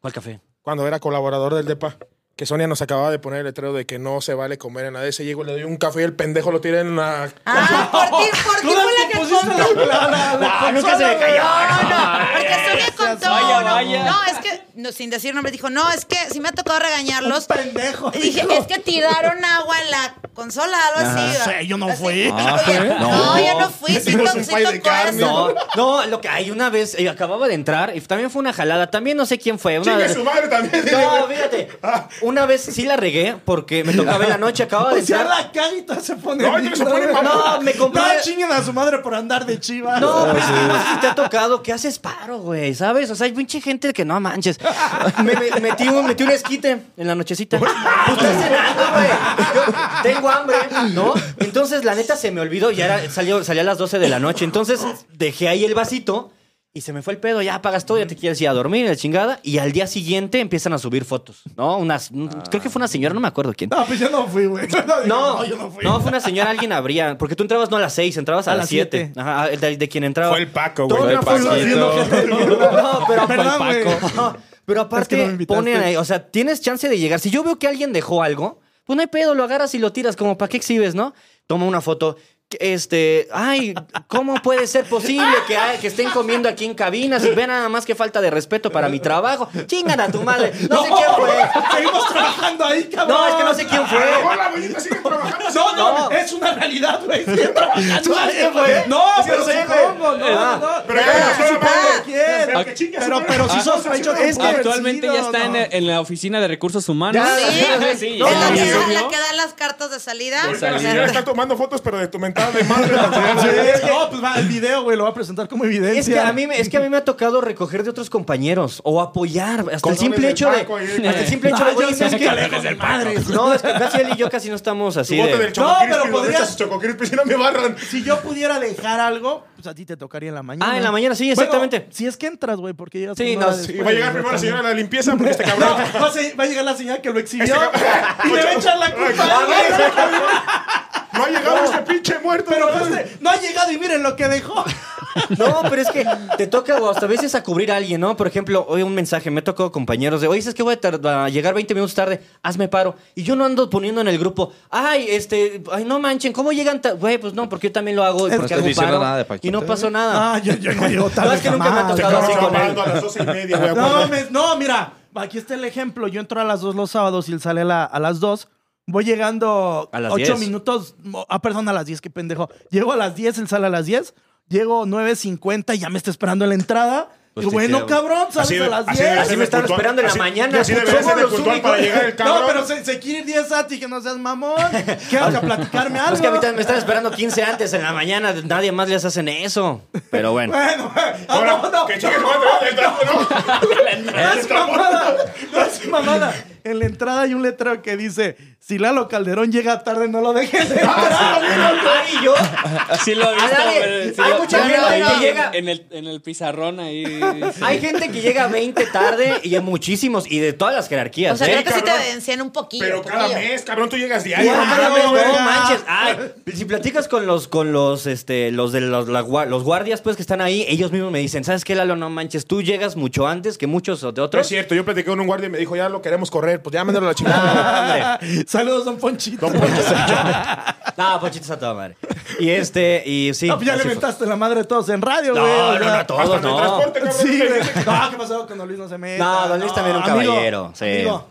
¿Cuál café? Cuando era colaborador del DEPA. Que Sonia nos acababa de poner el letrero de que no se vale comer en la de ese. Llego, le doy un café y el pendejo lo tira en la... Ah, por ti, por ti Todas fue la te que pusiste [laughs] contó. la- la- la Ah, nunca se consola, me cayó. No, no, porque Sonia contó. vaya, no, vaya. No, es que, no, sin decir nombres, dijo, no, es que sí me ha tocado regañarlos. Un pendejo, Y dije, dijo. es que tiraron agua en la consola, algo así. Sí, yo no [laughs] fui. Ah, No, No. yo no fui. Sí, Hicimos to- un sí pay de tocó carne. eso. No, no, lo que hay una vez, eh, acababa de entrar y también fue una jalada, también no sé quién fue. Una Chingue su madre también. [laughs] dile, No, güey. fíjate. Una vez sí la regué porque me tocaba en la noche, acababa de ah. [laughs] O sea, entrar. "Oh, la cagita se pone. No, yo se pone mamón. No, me compré- No, chinguen a su madre por andar de chiva. No, pues no, si te ha tocado, que haces paro, güey? ¿Sabes? O sea, hay pinche gente que no manches. Me, me- metí, un, metí un esquite en la nochecita. Usted cenando, güey. Yo Tengo hambre, ¿no? Entonces, la neta se me olvidó. Ya era, salió, salía a las 12 de la noche. Entonces, dejé ahí el vasito y se me fue el pedo. Ya apagas todo, ya te quieres ir a dormir, la chingada. Y al día siguiente empiezan a subir fotos, ¿no? Unas, Creo que fue una señora, no me acuerdo quién. No, pues yo no fui, güey. [laughs] No, No, yo no fui. no, fue una señora, alguien abría. Porque tú entrabas no a las 6, entrabas a, A las las 7. siete. Ajá, de, de quien entraba. Fue el [laughs] Paco, güey. Todo Fue el una fue Paquito. haciendo gente. No, pero Perdón, fue el Paco. güey. [laughs] No, Pero que no me aparte, invitaste. ponen ahí, o sea, tienes chance de llegar. Si yo veo que alguien dejó algo, pues no hay pedo, lo agarras y lo tiras, como para qué exhibes, ¿no? Toma una foto. que, Este, ay, ¿cómo puede ser posible que, hay- que estén comiendo aquí en cabinas y vean nada más que falta de respeto para mi trabajo? Chingan a tu madre. [laughs] No, sé quién fue. Seguimos trabajando ahí, cabrón. No, es que no sé quién A lo mejor fue. la abuelita sigue trabajando. No, no, No. es una realidad, güey. Sigue trabajando ¿Sabes ahí, qué fue? No, Es que pero no sé, supongo, güey. no, Eh, no, ah, no. pero Ah, ya, supongo ah, quién. pero que chingue a su Pero, madre. pero sí Ah, sospecho es que- Actualmente ya está en, en la oficina de recursos humanos. Ya, [laughs] Sí, Es la ya que, da, subió. la que da las cartas de salida. De La salida. señora está tomando fotos, pero de tu mentada de madre. la señora. Sí, No, pues va, el video, güey, lo va a presentar como evidencia. Es que, a mí, me- es que a mí me ha tocado recoger de otros compañeros o apoyar. Hasta Con el simple dones hecho de. del banco y- Hasta el simple hecho de. No, "Oye, Ah, yo ¿sabes sé qué?". que lejos del padre. [laughs] No, es que casi él y yo casi no estamos Tu así. bote de- del Choco Crispy, pero lo podrías- echas Choco Crispy, si no me barran. Si yo pudiera dejar algo, pues a ti te tocaría en la mañana. Ah, en la mañana, sí, Bueno, exactamente. si es que entras, güey, porque llegas Sí, una no, hora sí, después. Va a llegar primero la señora de la limpieza porque [laughs] este cabrón. No, no sé, va a llegar la señora que lo Este [laughs] exhibió cabrón- y le va a echar la culpa. güey. No ha llegado este pinche muerto. Pero este, no, espérate, no ha llegado y miren lo que dejó. [laughs] No, pero es que te toca o hasta a veces a cubrir a alguien, ¿no? Por ejemplo, hoy un mensaje, me tocó compañeros de, oye, es que voy a, tar- a llegar 20 minutos tarde, hazme paro. Y yo no ando poniendo en el grupo, ay, este, ay, no manchen, ¿cómo llegan? ta-?" Güey, pues no, porque yo también lo hago y No porque estoy hago diciendo paro. nada de y Paquito, no ¿eh? pasó nada. Ah, yo, yo no llego tarde. No, es que nunca me ha jamás. tocado. Cabrón, así estaba con él. parando a las doce y media, güey. No, acuérdate. mames, no, mira, aquí está el ejemplo. Yo entro a las 2 los sábados y él sale a, la- a las 2. Voy llegando A las 8 10. minutos. Ah, perdón, a las 10, qué pendejo. Llego a las 10, él sale a las 10. Llego 9.50 y ya me está esperando en la entrada. Pues y te bueno, queda- cabrón, sales a de- las debe 10. Así ser me de estaban puntual. esperando en la Así- mañana, Así puto. debería ser de Somos los puntual para únicos. llegar el [laughs] No, pero cabrón. se, se quiere ir 10 a ti, que no seas mamón. Quédate [laughs] a platicarme algo. Es que a mí también me están esperando 15 antes en la mañana, nadie más les hacen eso. Pero [laughs] bueno. Bueno, ah, Ahora, no, no, que chingue su madre, el [laughs] trapo, No ¿no? es mamada, no es mamada. En la entrada hay un letrero que dice: Si Lalo Calderón llega tarde, no lo dejes Ah, entrar. Ari y yo. Sí lo he visto. Ándale, güey, sí hay lo- Ah, mucha lo he visto gente ahí que en- llega- En el, en el pizarrón ahí. Hay gente que llega 20 tarde y hay muchísimos y de todas las jerarquías. O sea, ¿eh? creo que sí te cabrón. vencían un poquillo. Pero un cada poquillo. mes, cabrón, tú llegas diario. Ay, no Claro, mames, no verga. manches. Ay, si platicas con los, con los, este, los de los, la gua- los guardias, pues, que están ahí, ellos mismos me dicen, ¿sabes qué, Lalo? No manches, tú llegas mucho antes que muchos de No es otros. cierto, yo platiqué con un guardia y me dijo, ya lo queremos correr. Pues ya mándalo [laughs] a la chingada. Ah, hombre. [laughs] Saludos, don Ponchito. No, Pochito está toda madre. Y este, y sí. No, pues ya así le fue. mentaste la madre de todos en radio, güey. No, o no, sea. no, a todos, Hasta en el no. transporte, cabrón. [laughs] Sí, güey. No, ¿qué pasó con Don Luis? No se meta. No, Don Luis también un amigo, caballero, sí. amigo.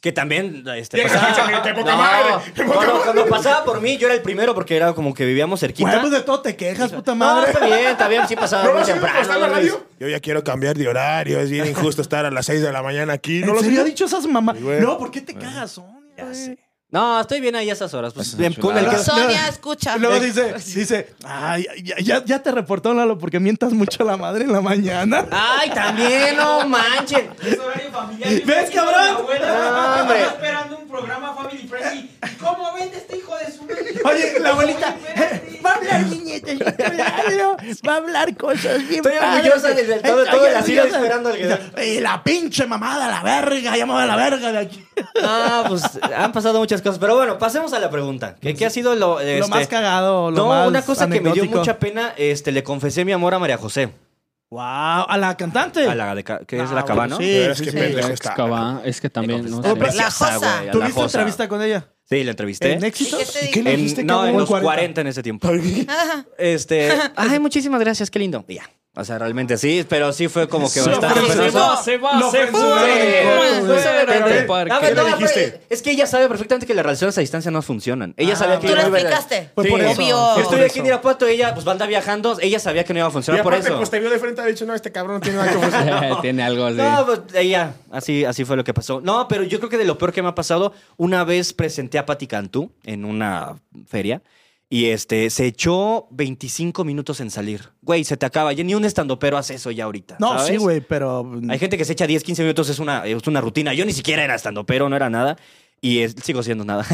Que también este, Llega, [laughs] pasaba. pinche, qué poca madre, qué poca cuando, madre. cuando pasaba por mí, yo era el primero porque era como que vivíamos cerquita. Güey, pues de todo te quejas, puta No, madre. está bien, está bien, sí pasaba [laughs] ¿No lo muy has ido temprano. cuando está en la güey. radio? Yo ya quiero cambiar de horario. Es bien injusto estar a las 6 de la mañana aquí. ¿En No lo serio ha sé. dicho esas mamás? Sí, güey. No, ¿por qué te cagas, Sonia? Ya güey? sé. No, estoy bien ahí a esas horas. Pues, Es una de- con el chulada. que- Sonia, escucha. Y Eh, Luego dice, pues dice, ay, ya, ya- ya te reportó Lalo porque mientas mucho a la madre en la mañana. [laughs] Ay, también, no manchen. Es horario familiar. Yo ¿Ves, me quedo cabrón? Ah, con mi abuela, No, hombre. Estaba esperando un programa Family Friendly. ¿Y cómo vende este hijo de su madre? Oye, la abuelita, eh, Family Friendly. va a [laughs] hablar mi nieta en el radio, va a hablar cosas bien Estoy padres. orgullosa del- del todo- Estoy todo el asilo orgullosa. esperando al Y la pinche mamada, la verga, ya me voy a la verga de aquí. Ah, pues han pasado muchas cosas. Pero bueno, pasemos a la pregunta. ¿Qué, qué ha sido lo, Lo este- más cagado, lo no, más una cosa que me dio anecdótico. mucha pena, este, le confesé mi amor a María José. Wow, a la cantante. A la de Ca- que es Ah, la bueno, cabana. sí, De veras sí, que sí. pendejo Ex está. Cabá, es que también, no Confesé. sé. La Preciosa, josa. güey, a la ¿Tuviste josa. entrevista con ella? Sí, la entrevisté. ¿En éxitos? ¿Y qué te ¿Y qué le ¿Eh? En- dijiste? no, que en hubo los 40. en ese tiempo. Ajá. Este, ay, muchísimas gracias, qué lindo. Y ya. O sea, realmente sí, pero sí fue como que Se bastante ofendió. penoso. va, se va, se fue. Fue soberano. Parque. Ah, ¿Qué le no, pero dijiste? Es que ella sabe perfectamente que las relaciones a distancia no funcionan. Ella Ah, sabía que Tú yo lo no iba a- explicaste. Fue por Sí. eso. Obvio. fue Estoy por aquí en Irapuato, ella pues anda viajando, ella sabía que no iba a Y funcionar por aparte, eso. pues te vio de frente y ha dicho, no, este cabrón no [laughs] tiene nada que ofrecer. [laughs] Tiene algo así. No, pues ella, así, así fue lo que pasó. No, pero yo creo que de lo peor que me ha pasado, una vez presenté a Pati Cantú en una feria y este, se echó 25 minutos en salir. Güey, se te acaba. Ya ni un estandopero hace eso ya ahorita. No, ¿sabes? sí, güey, pero... Hay gente que se echa 10, 15 minutos, es una, es una rutina. Yo ni siquiera era estandopero, no era nada. Y es- sigo siendo nada.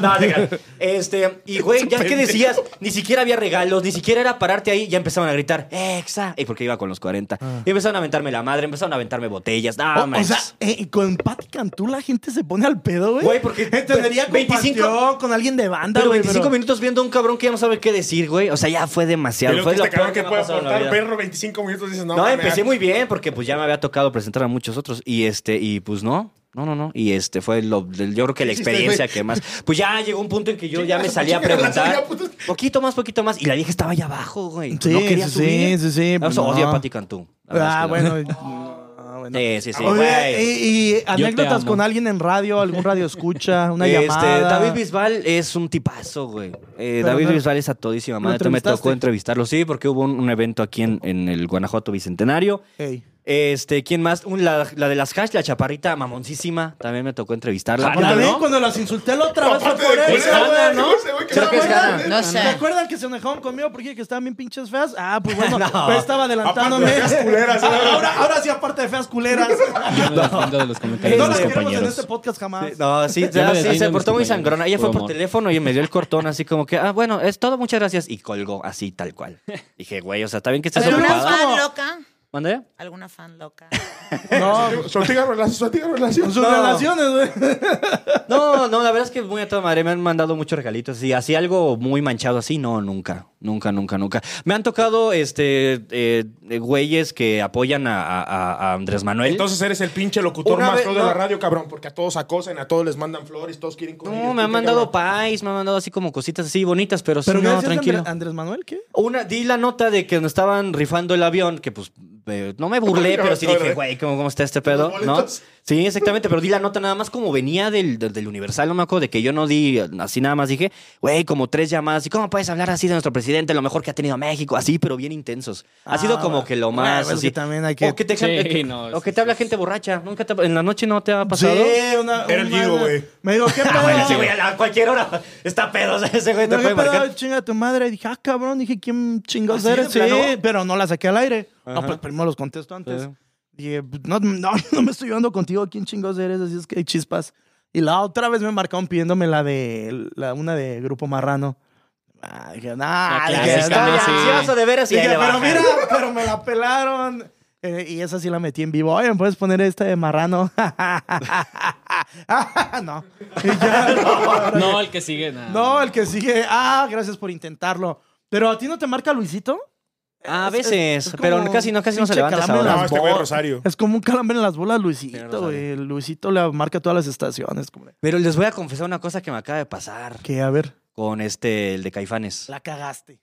no, te creas. Este, y güey, ya que decías, ni siquiera había regalos, ni siquiera era pararte ahí, ya empezaban a gritar, ¡Exa! Y porque iba con los 40. Y empezaron a aventarme la madre, empezaron a aventarme botellas. No, O- o, manches. sea, eh, con Patti Cantú la gente se pone al pedo, güey. Güey, porque Entendería con 25 Panteón, con alguien de banda, pero güey. 25 minutos viendo a un cabrón que ya no sabe qué decir, güey. O sea, ya fue demasiado. Y luego Fue que este lo peor cabrón que me ha puede pasado en la aportar vida. perro 25 minutos dices, no, No, mames. empecé muy bien porque pues ya me había tocado presentar a muchos otros y este y pues no. No, no, no. Y este fue lo, del- yo creo que la hiciste, experiencia güey? que más. Pues ya llegó un punto en que yo ya me Chingas, salía a chingas, preguntar. ya, puto. Poquito más, poquito más. Y la vieja estaba allá abajo, güey. Sí, no quería sí, subir. sí, sí, No, pues, eso odio no. a Pati Cantú. La verdad es Ah, que la- bueno. ah, bueno. [laughs] Sí, sí, sí, Oye, eh, güey. y, y anécdotas amo. con alguien en radio, algún radio escucha, una Este, llamada. David Bisbal es un tipazo, güey. Eh, Pero David no- Bisbal es a todísima ¿lo madre. Tú me entrevistaste? tocó entrevistarlo, sí, porque hubo un, un evento aquí en, en el Guanajuato Bicentenario. Ey. Este, ¿quién más? Un- la, la de las hash, la chaparrita mamoncísima, también me tocó entrevistarla. Porque también cuando las insulté la otra vez fue Aparte por de eso, culera, güey. güey, ¿no? Ese güey que ¿Se se Creo que es acuerdan? gana. No sé. ¿Se acuerdan que se enojaron conmigo porque que estaban bien pinches feas? Ah, pues bueno, No. pues estaba adelantándome. Aparte de feas culeras, Ah, ¿no? [laughs] ahora, ahora sí, aparte de feas culeras. Yo me defiendo de no las los comentarios de mis queremos en Este, compañeros. este podcast jamás. Sí, No, sí, Ya ya, me sí, deslindo se de mis portó muy compañeros, sangrona. Ella fue puro por amor. teléfono y me [laughs] dio el cortón así como que, ah, bueno, es todo, muchas gracias. Y colgó así, tal cual. Dije, güey, o sea, está bien que estés ¿Alguna Estuvimos ocupada. fan como- loca? ¿Mande? ¿Alguna fan [laughs] loca? No, Sortiga relación, sortiga relación. con sus No. relaciones, güey. No, no, la verdad es que muy a toda madre. Me han mandado muchos regalitos. Y así algo muy manchado así, no, nunca. Nunca, nunca, nunca. Me han tocado este eh, eh, güeyes que apoyan a, a- a Andrés Manuel. Entonces eres el pinche locutor Una más vez- feo de la no. radio, cabrón, porque a todos acosan, a todos les mandan flores, todos quieren con ellos, no, me ¿tú han qué, mandado cabrón? pais, me han mandado así como cositas así bonitas, pero, sí, Pero no, gracias tranquilo. Andrés Manuel, ¿qué? Una, di la nota de que nos estaban rifando el avión, que pues eh, no me [laughs] burlé, pero sí dije, güey, ¿cómo, cómo está este pedo? ¿No? Sí, exactamente, pero di la nota nada más como venía del, del, del Universal, no me acuerdo, de que yo no di eh, así nada más, dije, güey, como tres llamadas, ¿y cómo puedes hablar así de nuestro presidente, lo mejor que ha tenido México? Así, pero bien intensos. Ha Ah, sido como bueno. que lo Bueno, más... pues, así. que también hay que- O que te, Sí, que- no, o sí, que te habla gente borracha, ¿Nunca te- en la noche no te ha pasado. Sí, una. Era el una- Gio, güey. Me dijo, ¿qué pedo? Ah, bueno, sí, güey, a la- a cualquier hora está pedo, [laughs] o sea, ese güey Me te dijo, puede ¿qué marcar. pedo? Chinga tu madre. Y dije, ah, cabrón. Dije, ¿quién chingados ¿Así de eres? Sí, plano? pero no la saqué al aire. No, Ajá. pues primero los contesto antes. Sí. Dije, pues, no, no, [laughs] yo no me estoy llevando contigo. ¿Quién chingados eres? Así es que hay chispas. Y la otra vez me marcaron pidiéndome la de. La, una de Grupo Marrano. Ah, dije, nah, La dije, clásica, "Nah, ¿no? ya". Sí. ansioso de veras y Dije, ahí le pero baja. mira, pero me la pelaron. Eh, y esa sí la metí en vivo. Oye, ¿me puedes poner esta de marrano? [laughs] no. Y ya, no. No, el que sigue, nada. No, el que sigue. Ah, gracias por intentarlo. Pero a ti no te marca Luisito? Ah, A Es- es- veces, es como pero casi no, casi no se pinche levanta esa calambre hora. No, este güey Bo- es Rosario. Es como un calambre en las bolas, Señor Luisito. Rosario. güey. Luisito le marca todas las estaciones. como de, Pero les voy a confesar una cosa que me acaba de pasar. Que a ver. con este, el de Caifanes. La cagaste.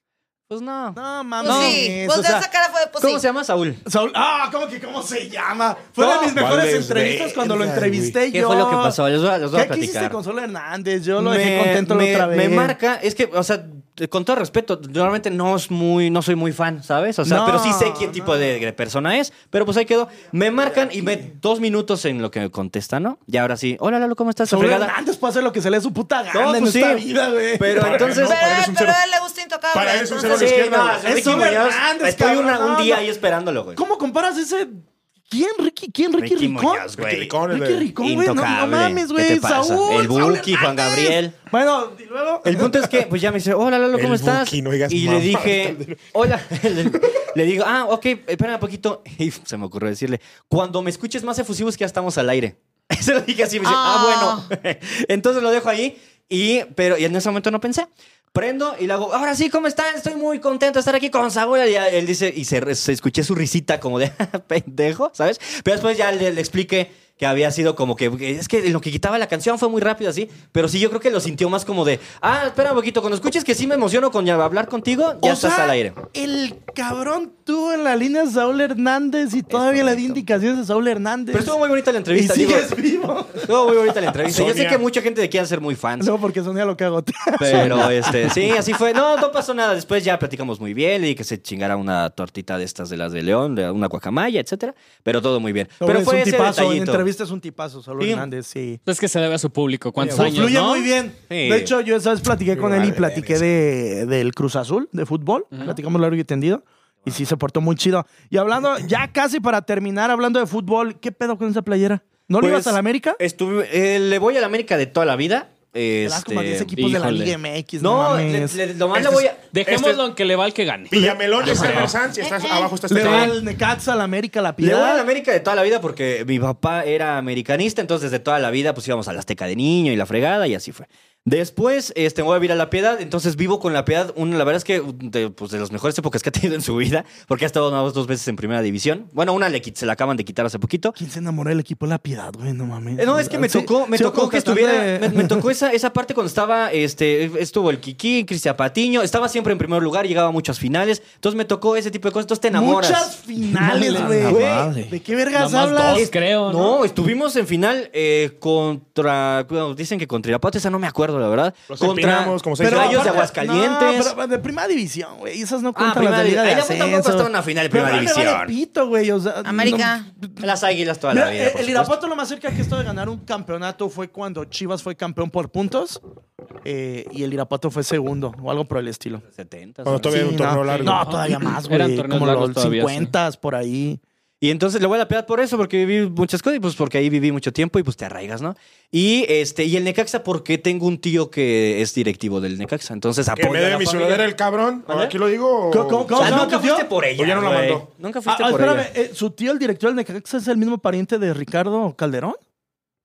Pues no. No Pues mames. sí, o pues sea, esa cara fue de pues ¿Cómo sí. se llama Saúl? Saúl- ah, ¿cómo que cómo se llama? Fue una de mis No, mejores vales entrevistas cuando lo verga, entrevisté yo. ¿Qué fue lo que pasó? Les voy a, les voy a ¿Qué quisiste platicar. con Sol Hernández? Yo lo dejé contento la me- otra vez. me marca, es que, o sea, con todo respeto, normalmente no, es muy, no soy muy fan, ¿sabes? O sea, No, pero sí sé qué no. tipo de, de persona es, pero pues ahí quedó. Me marcan y me dos minutos en lo que me contesta, ¿no? Y ahora sí, hola Lalo, ¿cómo estás? Saúl Fregada. Hernández puede hacer lo que se le dé su puta gana No, en pues esta sí. vida, güey. Pero Para entonces... No, Pero, para él es un eh, pero cero. a él le gusta intocable. Para él es un entonces- cero Sí, izquierda, no, güey. es Ricky Es Saúl Muñoz. Hernández, Estoy cabrón, una- un no, día no. ahí esperándolo, güey. ¿Cómo comparas ese? ¿Quién? ¿Ricky? ¿Quién? ¿Ricky, Ricky Ricón? Muñoz, güey. Ricky Ricón, el Ricky de- Ricón, güey. No, no mames, ¿Qué güey. te pasa? Saúl. El Saúl Buki, Juan Hernández. Gabriel. Bueno, y luego. El punto es que, pues ya me dice, hola Lalo, ¿cómo El estás? Buki, no digas y le mamadas, [laughs] dije, [laughs] hola. Le- le digo, ah, ok, espérame un poquito. Y se me ocurrió decirle, cuando me escuches más efusivos que ya estamos al aire. [laughs] Se lo dije así, me dice, ah, bueno. [laughs] Entonces lo dejo ahí, y, pero y en ese momento no pensé. Prendo y le hago, ahora sí, ¿cómo están? Estoy muy contento de estar aquí con Saúl. Y ya él dice, y se, re- se escuché su risita como de [laughs] pendejo, ¿sabes? Pero después ya le, le expliqué que había sido como que, es que lo que quitaba la canción fue muy rápido así, pero sí yo creo que lo sintió más como de, ah, espera un poquito, cuando escuches que sí me emociono con ya hablar contigo, ya O estás sea, al aire. El cabrón tuvo en la línea a Saúl Hernández y todavía le di correcto. indicaciones a Saúl Hernández. Pero estuvo muy bonita Y la entrevista. digo, sigues vivo. [laughs] estuvo muy bonita la entrevista. Yo sé Sonia. que mucha gente de quiere ser muy [laughs] fans. No, porque sonía lo que hago. [laughs] [laughs] Pero este, sí, así fue. No, no pasó nada. Después ya platicamos muy bien. Le dije que se chingara una tortita de estas de las de León, de una guacamaya, etcétera. Pero todo muy bien. Pero es fue un ese tipazo, en detallito. entrevista es un tipazo, Saúl Sí. Hernández, sí. Es que se debe a su público. ¿Cuántos años, Pues Fluye no? muy bien. Sí. De hecho, yo esa vez platiqué con él y Madre platiqué de, del Cruz Azul, de fútbol. Platicamos largo y tendido. Y sí, se portó muy chido. Y hablando, ya casi para terminar, hablando de fútbol, ¿qué pedo con esa playera? ¿No le Pues, ibas a la América? Estuve, eh, le voy a la América de toda la vida. Te das Este, como 10 equipos de la híjole. Liga MX. No, no, mames. le, le, le- nomás Este le voy es- a. Dejémoslo en que le va al que gane. Eh, Villamelón y San Sanz, y estás abajo, este estás va al Necaxa, al América, a la Le voy a la Piedad. América de toda la vida porque mi papá era americanista, entonces de toda la vida pues íbamos a la Azteca de niño y la fregada y así fue. Después este, me voy a vivir a La Piedad, entonces vivo con La Piedad, una, la verdad es que de, pues, de las mejores épocas que ha tenido en su vida, porque ha estado nada más dos veces en Primera División. Bueno, una le, quit- se la acaban de quitar hace poquito. ¿Quién se enamoró del equipo La Piedad, güey? No mames. Eh, No, es que me Sí, tocó, me sí, tocó que tratando estuviera, de- me, me tocó esa, esa parte cuando estaba, este, estuvo el Kiki, Cristian Patiño, estaba siempre en primer lugar, llegaba a muchas finales, entonces me tocó ese tipo de cosas, entonces te enamoras. Muchas finales, güey. madre. ¿De qué vergas Nomás hablas? dos, creo, ¿no? No, estuvimos en final eh, contra. bueno, dicen que contra Irapuato, esa no me acuerdo, la verdad. Los contra empinamos, como se pero dice. Gallos de aparte- Aguascalientes. No, pero de primera división, güey. Esas no ah, cuentan las primera de Liga división. de Ahí tampoco Ascenso. está una final de primera Pero vale, división. vale pito, güey. O sea, América. no- Las águilas toda la Mira, vida. eh, el- por el supuesto. Irapuato lo más cerca que esto de ganar un campeonato fue cuando Chivas fue campeón por puntos eh, y el Irapuato fue segundo o algo por el estilo. 70, Cuando todavía Sí, era un no. torneo largo. No, todavía más, Eran güey. torneos Como largos los todavía, 50 por ahí. Y entonces le voy a la piedad por eso, porque viví muchas cosas y pues porque ahí viví mucho tiempo y pues te arraigas, ¿no? Y este y el Necaxa porque tengo un tío que es directivo del Necaxa, entonces Que apoyo me a la debe mi familia. sudadera el cabrón. ¿Vale? Aquí lo digo. ¿Cómo, cómo, O cómo? sea, ¿No, nunca tu tío? fuiste por ella. O ya no la güey. mandó. Nunca Ah, fuiste ah, por espérame, ella. eh, ¿su tío, el director del Necaxa, es el mismo pariente de Ricardo Calderón?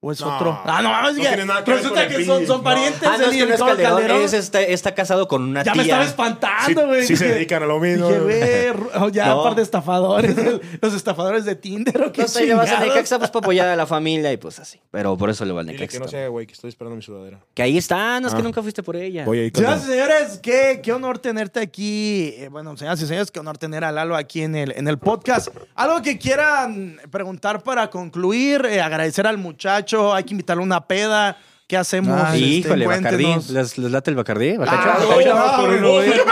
¿O es No. otro? Ah, no, mames, No que tiene nada que ver resulta con el que son, PRI. son No. parientes Ah, no, del es que no es Ricardo Calderón, Calderón. es este- está casado con una Ya tía. me estaba Sí, espantando, güey. sí se Dije, dedican a lo mismo. Dije, güey, ru- ya No. par de estafadores, [laughs] los estafadores de Tinder o qué Entonces ahí le vas a chingados. Necaxa pues, para apoyar a la familia y pues así. Pero por eso le va al Dile Necaxa. que no sea, güey, que estoy esperando mi sudadera. Que ahí está, no es que Ah. nunca fuiste por ella. Voy ahí con Señoras y señores, qué, qué honor tenerte aquí. Eh, bueno, señoras y señores, qué honor tener a Lalo aquí en el, en el podcast. Algo que quieran preguntar para concluir, eh, agradecer al muchacho, hay que invitarle a una peda. ¿Qué hacemos? Ah, Este, Híjole, Bacardí. cuéntenos. ¿Les, les late el Bacardí? ¿Bacacho? Ah, ¿Bacacho? no, Vamos por güey. uno, eh.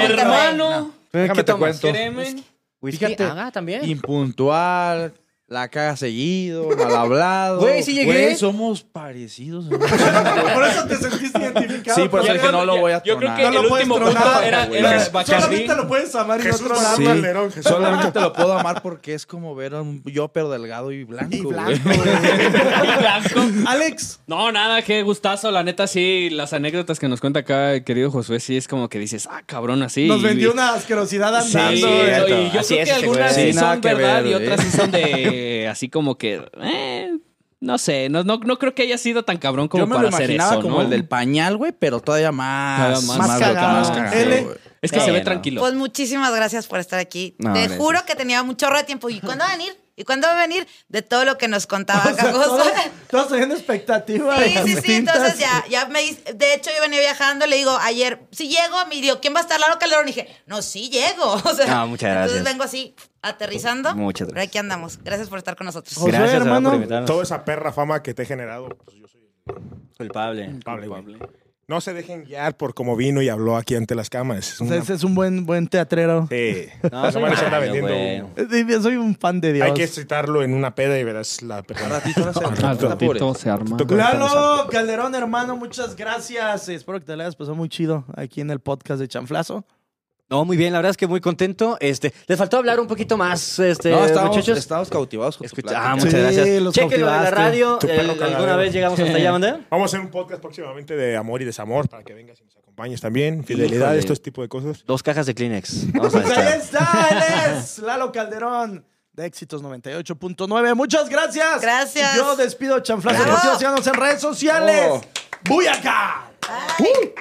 Hermano. pues Déjame te cuento. Créeme. ¿Whisky? Fíjate. Ah, también. Impuntual, la caga seguido, mal hablado. Güey, sí llegué. Güey, somos parecidos. güey. Por eso te sentiste identificado. Sí, por con eso él. pues es que no lo voy a Yo creo tronar. que No el lo puedes último tronar, punto era, güey. era Bacardí. Solamente lo puedes amar y Jesús no Manuel. tronarlo. Sí, Calderón, Jesús. solamente lo puedo amar porque es como ver a un yo pero delgado y blanco. Y güey. blanco, [laughs] güey. Y blanco. Alex, No, nada, qué gustazo. La neta, sí, las anécdotas que nos cuenta acá el querido Josué, sí es como que dices, ah, cabrón, así. nos vendió Y- una asquerosidad Sí, andando. y güey. cierto. yo Así creo es que ese algunas güey. sí Sí, nada son que verdad ver, y ¿eh? otras sí [laughs] son de así como que. eh, no sé, no, no, no creo que haya sido tan cabrón como Yo me para lo hacer imaginaba eso, como ¿no? el del pañal, güey, pero todavía más. Todavía más loca, cagado. más cagado, L. güey. Es que se Sí, ve no. tranquilo. Pues muchísimas gracias por estar aquí. No, Te gracias. juro que tenía mucho chorro de tiempo. ¿Y cuándo va a venir? ¿Y cuándo va a venir? De todo lo que nos contaba O sea, Cagoso. todos, todos teniendo expectativa. de [laughs] Sí, sí, las sí, entonces cintas. ya, ya me dice- de hecho yo venía viajando, le digo, ayer, si llego, me digo, ¿quién va a estar Lalo Calderón? Y dije, no, sí llego. [laughs] O sea, No, muchas gracias. Entonces vengo así, aterrizando. Muchas Pero aquí andamos. Gracias por estar con nosotros. José, Gracias, Adán, hermano. por invitarnos. Toda esa perra fama que te he generado, pues yo soy Culpable. culpable, güey. No se dejen guiar por cómo vino y habló aquí ante las cámaras. Es O sea, una- ese es un buen, buen teatrero. Sí. No, Ese man se anda malo, vendiendo güey. humo. Sí, yo Soy un fan de Dios. Hay que citarlo en una peda y verás la perra. Al ratito Pobre. se arma. Tú- Lalo Calderón, hermano, muchas gracias. Espero que te la hayas pasado muy chido aquí en el podcast de Chanflazo. No, muy bien, la verdad es que muy contento. Este, les faltó hablar un poquito más, este, No, estábamos, muchachos. estábamos cautivados con tu Escucha- plática. ah, Sí, muchas gracias. los Chequenlo en la cautivaste. radio. Tu eh, pelo alguna cagadero. vez llegamos hasta allá, ¿dónde? Vamos a hacer un podcast próximamente de amor y desamor para que vengas y nos acompañes también. Fidelidad, Híjole. estos tipos de cosas. Dos cajas de [laughs] Kleenex. Vamos a Pues ahí estar. está, él es Lalo Calderón de Éxitos 98.9. Muchas gracias. Gracias. Yo despido Chanflazo. Bravo. Por síganos en redes sociales. Oh. ¡Voy acá! Bye.